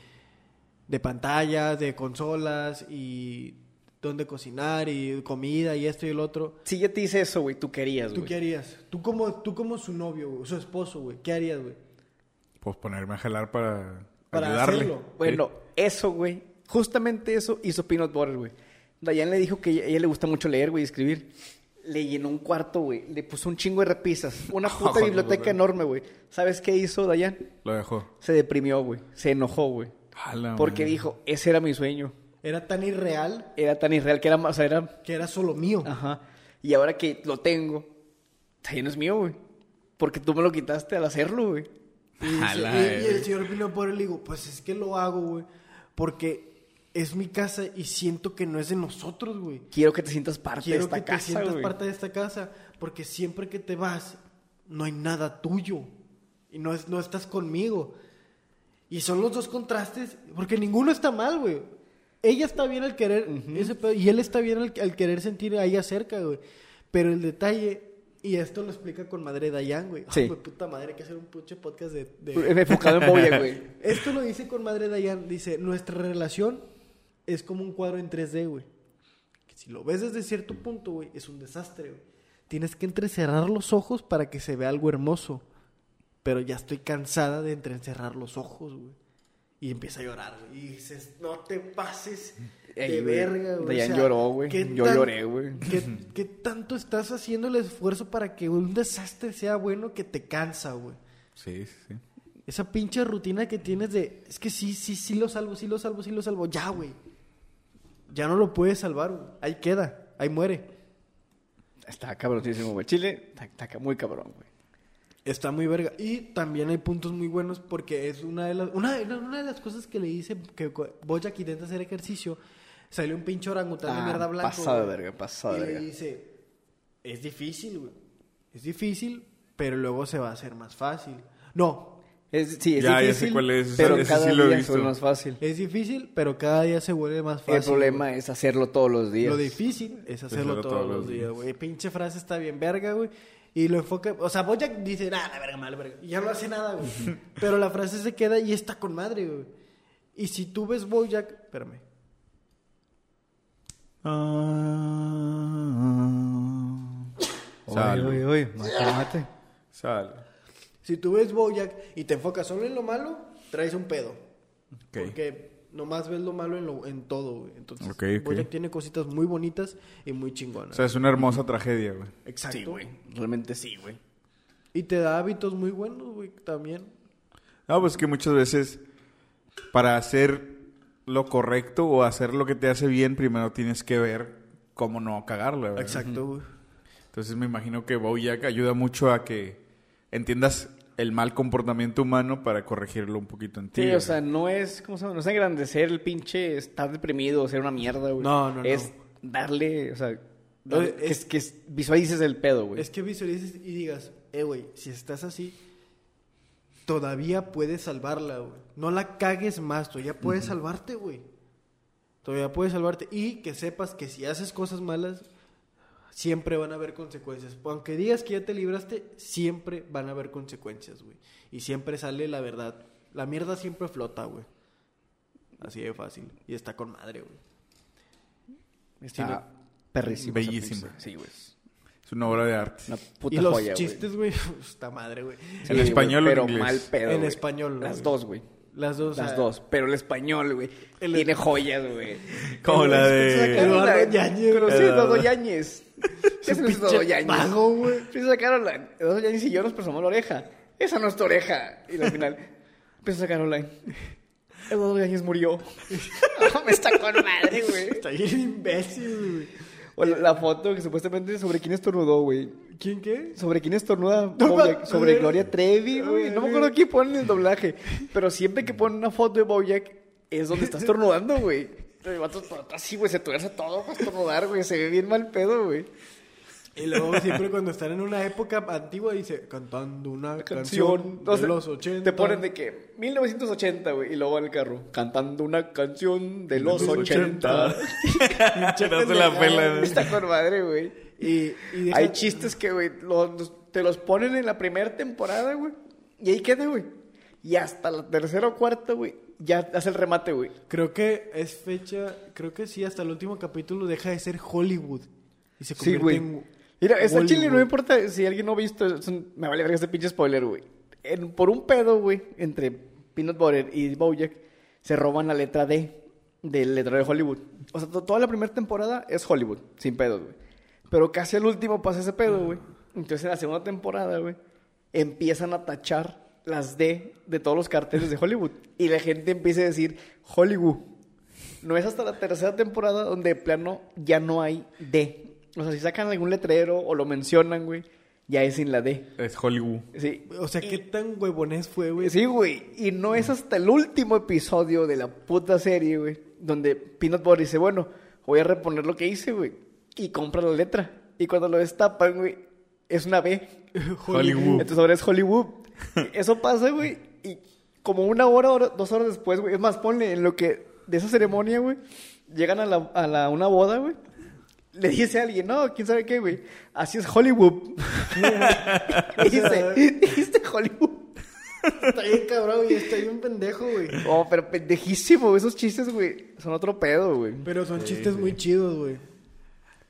De pantallas, de consolas y. Donde cocinar y comida y esto y el otro. Si ya te dice eso, güey, tú querías, ¿Tú güey. qué harías? Tú como, tú como su novio, güey, su esposo, güey. ¿Qué harías, güey? Pues ponerme a jalar para, Para ayudarle. hacerlo. Bueno, eso, güey, justamente eso hizo Peanut Butter, güey. Dayan le dijo que ella, ella le gusta mucho leer, güey, y escribir. Le llenó un cuarto, güey. Le puso un chingo de repisas. Una puta biblioteca enorme, güey. ¿Sabes qué hizo Dayan? Lo dejó. Se deprimió, güey. Se enojó, güey. A la Porque madre. dijo, ese era mi sueño. Era tan irreal Era tan irreal que era, más- o sea, era que era solo mío. Ajá. Y ahora que lo tengo, ya no es mío, güey. Porque tú me lo quitaste al hacerlo, güey. Y, dice- Ala, y- eh. y el señor Pino Pobre le digo, pues es que lo hago, güey. Porque es mi casa y siento que no es de nosotros, güey. Quiero que te sientas parte de Quiero esta que te casa, sientas güey. parte de esta casa. Porque siempre que te vas, no hay nada tuyo. Y no, es, no estás conmigo. Y son los dos contrastes. Porque ninguno está mal, güey. Ella está bien al querer. ese pedo, y él está bien al, al querer sentir a ella cerca, güey. Pero el detalle. Y esto lo explica con madre Dayan, güey. Sí. Ay, güey, puta madre, hay que hacer un pinche podcast de- de, Me he enfocado en Boya, güey. esto lo dice con madre Dayan. Dice, nuestra relación es como un cuadro en 3D, güey. Que si lo ves desde cierto punto, güey, es un desastre, güey. Tienes que entrecerrar los ojos para que se vea algo hermoso. Pero ya estoy cansada de entrecerrar los ojos, güey. Y empieza a llorar, güey. Y dices, no te pases de Ey, güey, verga, güey. Dayan lloró, güey. ¿qué Yo lloré, güey. ¿qué, qué tanto estás haciendo el esfuerzo para que un desastre sea bueno que te cansa, güey? Sí, sí, sí. Esa pinche rutina que tienes de, es que sí, sí, sí lo salvo, sí lo salvo, sí lo salvo. Ya, güey. Ya no lo puedes salvar, güey. Ahí queda, ahí muere. Está cabronísimo, güey. Chile, está, está muy cabrón, güey. Está muy verga. Y también hay puntos muy buenos porque es una de las, una, una- una de las cosas que le hice que cu- Bojack intenta hacer ejercicio. Salió un pinche orangután de Ah, mierda blanco. pasado de güey. verga, pasado de Y verga. le dice, es difícil, güey. Es difícil, pero luego se va a hacer más fácil. No, Es, sí, es Ya, ya sé difícil, cuál es, pero ese cada sí lo he día visto. es más fácil. es difícil, pero cada día se vuelve más fácil. El problema güey. es hacerlo todos los días. Lo difícil es hacerlo todos, los días, güey. Pinche frase está bien verga, güey. Y lo enfoca... O sea, Bojack dice, nada, la verga, mal, verga. Y ya no hace nada, güey. Pero la frase se queda y está con madre, güey. Y si tú ves Bojack... Espérame. Sal. Oye, oye, oye, mate, mate. Sal. Si tú ves Bojack y te enfocas solo en lo malo, traes un pedo. Ok. Porque nomás ves lo malo en, lo, en todo, güey. Entonces, Ok, ok. Bojack tiene cositas muy bonitas y muy O chingonas. sea, es una hermosa tragedia, güey. Exacto. Sí, güey. Realmente sí, güey. Y te da hábitos muy buenos, güey, también. No, pues que muchas veces para hacer lo correcto o hacer lo que te hace bien, primero tienes que ver cómo no cagarla, ¿verdad? Exacto, güey. Entonces me imagino que Bojack ayuda mucho a que entiendas el mal comportamiento humano para corregirlo un poquito en ti. Sí, o ¿verdad? sea, no es, ¿cómo se llama? No es engrandecer el pinche estar deprimido, ser una mierda, güey. No, no, no. Es darle, o sea, No, darle- es- que, que visualices el pedo, güey. Es que visualices y digas, eh, güey, si estás así, todavía puedes salvarla, güey. No la cagues más, todavía puedes salvarte, güey. Todavía puedes salvarte. Y que sepas que si haces cosas malas, siempre van a haber consecuencias. Aunque digas que ya te libraste, siempre van a haber consecuencias, güey. Y siempre sale la verdad. La mierda siempre flota, güey. Así de fácil. Y está con madre, güey. Está Sí, no. perrísimo. esa Bellísimo. película. Sí, güey. Es Es una obra de arte. Una puta y los joya, güey. chistes, güey, está madre, güey. Sí, ¿En güey, español o en pero inglés? mal pedo, En güey. español, Las güey. dos, güey. Las dos. o Las sea, dos. Pero el español, güey. El- Tiene joyas, güey. Como la Sacaron de... Eduardo la- Yáñez. Conocí a Eduardo Eduardo. Yáñez. ¿Qué es pinche Eduardo Yáñez? vago, güey. Sí, sacaron la- Eduardo Yáñez y yo nos presamos la oreja. esa no es tu oreja. Y al final, pues empezó a sacar online. Eduardo Yáñez murió. Me está con madre, güey. Está bien imbécil, güey. O la, la foto que supuestamente sobre quién estornudó, güey. ¿Quién qué? Sobre quién estornuda, No me Bojack. sobre acuerdo. Gloria Trevi, güey. No me acuerdo quién pone en el doblaje. Pero siempre que ponen una foto de Bojack, es donde está estornudando, güey. El vato está así, güey, se tuerce todo para estornudar, güey. Se ve bien mal pedo, güey. Y luego siempre cuando están en una época antigua dice cantando una Canción. canción, No sé, de los 80. Te ponen de que 1980, güey. Y luego en el carro, cantando una canción de los 80. 80. No se la pela. Está con madre, güey. Y, y deja- Hay chistes que, güey, los- te los ponen en la primera temporada, güey. Y ahí queda, güey. Y hasta la tercera o cuarta, güey, ya hace el remate, güey. Creo que es fecha, creo que sí, hasta el último capítulo deja de ser Hollywood. Y se Sí, convierte güey. en Mira, esta Bollywood. chile no me importa si alguien no ha visto, es un- me vale verga este pinche spoiler, güey. En- por un pedo, güey, entre Peanut Butter y Bojack, se roban la letra D del letrero de Hollywood. O sea, to- toda la primera temporada es Hollywood, sin pedos, güey. Pero casi al último pasa ese pedo, güey. Entonces en la segunda temporada, güey, empiezan a tachar las D de todos los carteles de Hollywood. Y la gente empieza a decir Hollywood. No es hasta la tercera temporada donde de plano ya no hay D. O sea, si sacan algún letrero o lo mencionan, güey, ya es sin la D. Es Hollywood. Sí. O sea, qué tan huevones fue, güey. Sí, güey. Y no es hasta el último episodio de la puta serie, güey, donde Peanut Butter dice, bueno, voy a reponer lo que hice, güey. Y compra la letra. Y cuando lo destapan, güey, es una B. Hollywood. Entonces ahora es Hollywood. Y Eso pasa, güey. Y como una hora, hora- dos horas después, güey. Es más, ponle en lo que de esa ceremonia, güey. Llegan a, la, a la- una boda, güey. Le dice a alguien, no, quién sabe qué, güey. Así es Hollywood. y dice, dijiste Hollywood. Está bien cabrón y está bien pendejo, güey. Oh, pero pendejísimo, güey. esos chistes, güey. Son otro pedo, güey. Pero son chistes muy chidos, güey.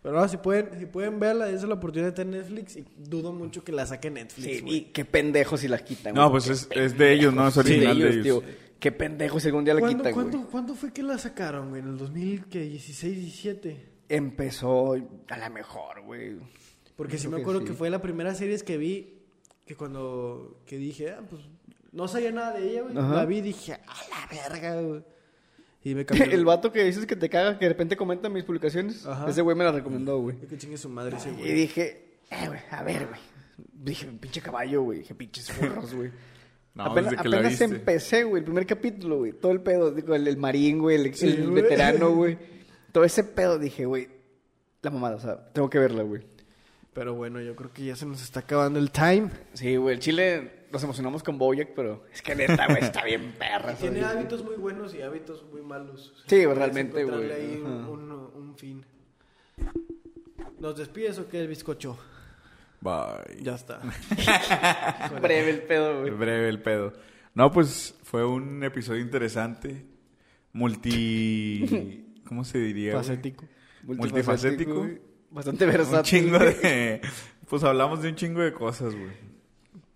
Pero no, si pueden, si pueden verla, esa es la oportunidad de Netflix y dudo mucho que la saque Netflix, Sí, güey. y qué pendejos si la quitan, güey. No, pues es, es de ellos, ¿no? Es Sí, original de de ellos. tío. Qué pendejos si algún día la ¿Cuándo, quitan, güey. cuándo- cuándo fue que la sacaron, güey? ¿En el 2016, 17? Empezó a la mejor, güey. Porque sí Creo me que acuerdo sí. que fue la primera serie que vi, que cuando que dije, ah, pues no sabía nada de ella, güey. Ajá. La vi y dije, a la verga, güey. Y me cambió. El vato que dices que te caga, que de repente comenta mis publicaciones, Ajá. ese güey me la recomendó, güey. Y Que chingue su madre ese Y güey. dije, eh, güey, a ver, güey. Dije, pinche caballo, güey. Dije, pinches furros, güey. No, apenas desde que la apenas viste. empecé, güey, el primer capítulo, güey. Todo el pedo, digo, el, el marín, güey, el, Sí, el güey. veterano, güey. Todo ese pedo, dije, güey, la mamada, o sea, tengo que verla, güey. Pero bueno, yo creo que ya se nos está acabando el time. Sí, güey, el chile nos emocionamos con Bojack, pero es que neta, güey, está bien perra. Tiene güey. hábitos muy buenos y hábitos muy malos. O sea, Sí, puedes realmente, encontrarle güey. ahí un, Ajá. un- un fin. ¿Nos despides o qué, el bizcocho? Bye. Ya está. Breve el pedo, güey. Breve el pedo. No, pues fue un episodio interesante. Multi. ¿Cómo se diría? güey? Facético. Multifacético. güey. Bastante Un versátil. chingo güey. de. Pues hablamos de un chingo de cosas, güey.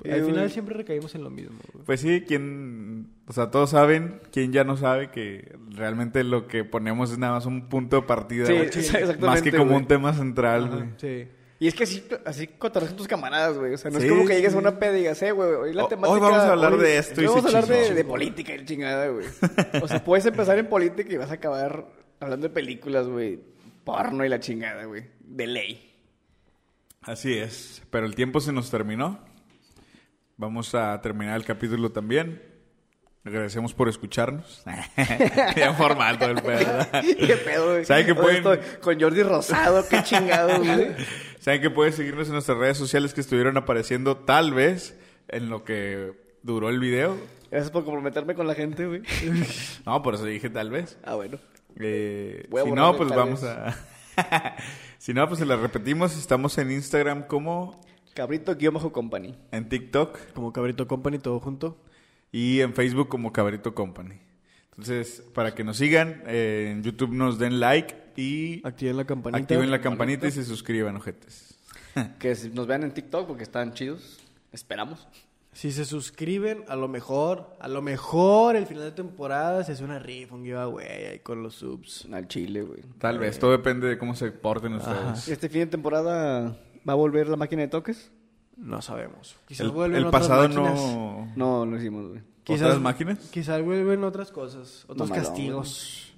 Eh, Al güey. final siempre recaímos en lo mismo, güey. Pues sí, quien, o sea, todos saben, quien ya no sabe que realmente lo que ponemos es nada más un punto de partida, Sí, güey. sí, exactamente, más que como güey. un tema central, Ajá, güey. Sí. Y es que así, así cotorreas con tus camaradas, güey. O sea, no Sí, es como que llegues sí. a una peda y digas, eh, güey, hoy la Ho- temática... hoy vamos a hablar de esto hoy y se vamos a hablar de, chingó. de política y chingada, güey. O sea, puedes empezar en política y vas a acabar hablando de películas, güey. Porno y la chingada, güey. De ley. Así es. Pero el tiempo se nos terminó. Vamos a terminar el capítulo también. Agradecemos por escucharnos. Bien formal todo el pedo. ¿verdad? Qué pedo, güey. ¿Saben que O sea, pueden- estoy con Jordi Rosado, qué chingado, güey. Saben que pueden seguirnos en nuestras redes sociales que estuvieron apareciendo tal vez en lo que duró el video. Gracias por comprometerme con la gente, güey. No, por eso dije tal vez. Ah, bueno. Eh, Voy a si borrarle no, pues tal vamos vez. a. si no, pues se la repetimos. Estamos en Instagram como Cabrito-company. en TikTok Como Cabrito Company, todo junto. y en Facebook como Cabrito Company. Entonces, para que nos sigan, eh, en YouTube nos den like y Activen la campanita. activen la campanita y se suscriban, ojetes. Que si nos vean en TikTok porque están chidos. Esperamos. Si se suscriben, a lo mejor, a lo mejor el final de temporada se hace una rifa, un giveaway ahí con los subs. Al chile, güey. Tal vez, todo depende de cómo se porten ustedes. Este fin de temporada va a volver la máquina de toques. No sabemos. Quizás El, vuelven el otras pasado máquinas. no... No, lo hicimos, güey. ¿Otras máquinas? Quizás vuelven otras cosas, otros Mamalón, castigos.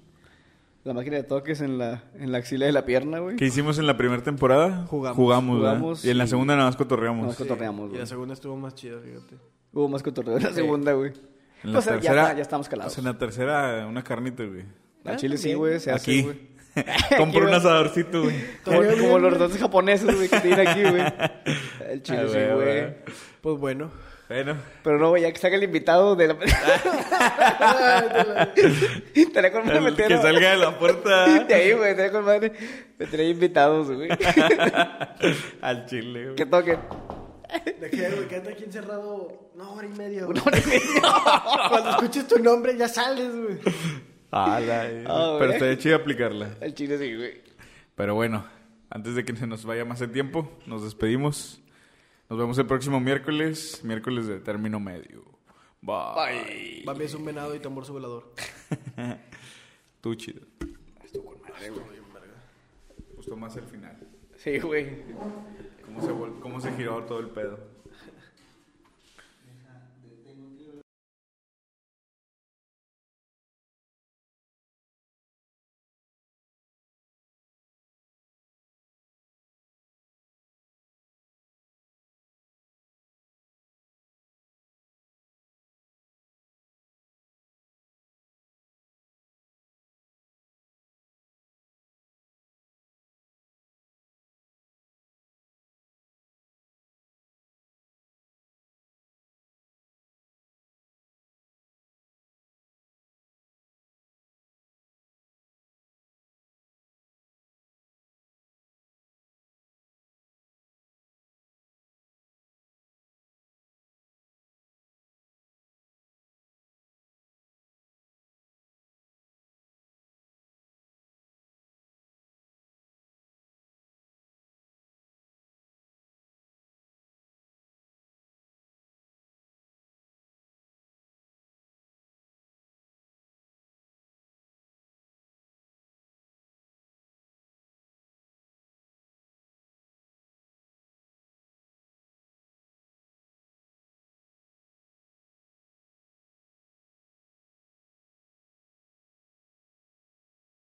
La máquina de toques en la, en la axila de la pierna, güey. ¿Qué hicimos en la primera temporada? Jugamos. Jugamos, ¿verdad? Jugamos Y en la y- segunda nada más cotorreamos. Nos cotorreamos, Y güey. la segunda estuvo más chida, fíjate. Hubo más cotorreo en la Sí. segunda, güey. En la O sea, ya tercera- está- ya, estamos calados. pues en la tercera, una carnita, güey. A Chile sí, güey, se hace, Aquí. güey. Aquí, Compré un güey. asadorcito, güey. Como, como los restaurantes japoneses, güey, que tienen aquí, güey. El chile Ah, sí, güey, güey. güey. Pues bueno. Bueno, Pero no, güey, ya que saca el invitado de la... Estaría con madre el meter que a- salga de la puerta De ahí, güey, estaría con madre meter ahí invitados, güey. al chile, que güey. toquen. De que, güey, que anda aquí encerrado una hora y media. güey. Una hora y media. Cuando escuches tu nombre ya sales, güey. Ah, la- Ah, Pero güey. estaría chido aplicarla. El chile sí, güey. Pero bueno, antes de que se nos vaya más el tiempo, nos despedimos. Nos vemos el próximo miércoles, miércoles de término medio. Bye. Bambi es un venado y tambor su velador. Tú chido. Gustó más el final. Sí, güey. Cómo se, vol- cómo se giró todo el pedo.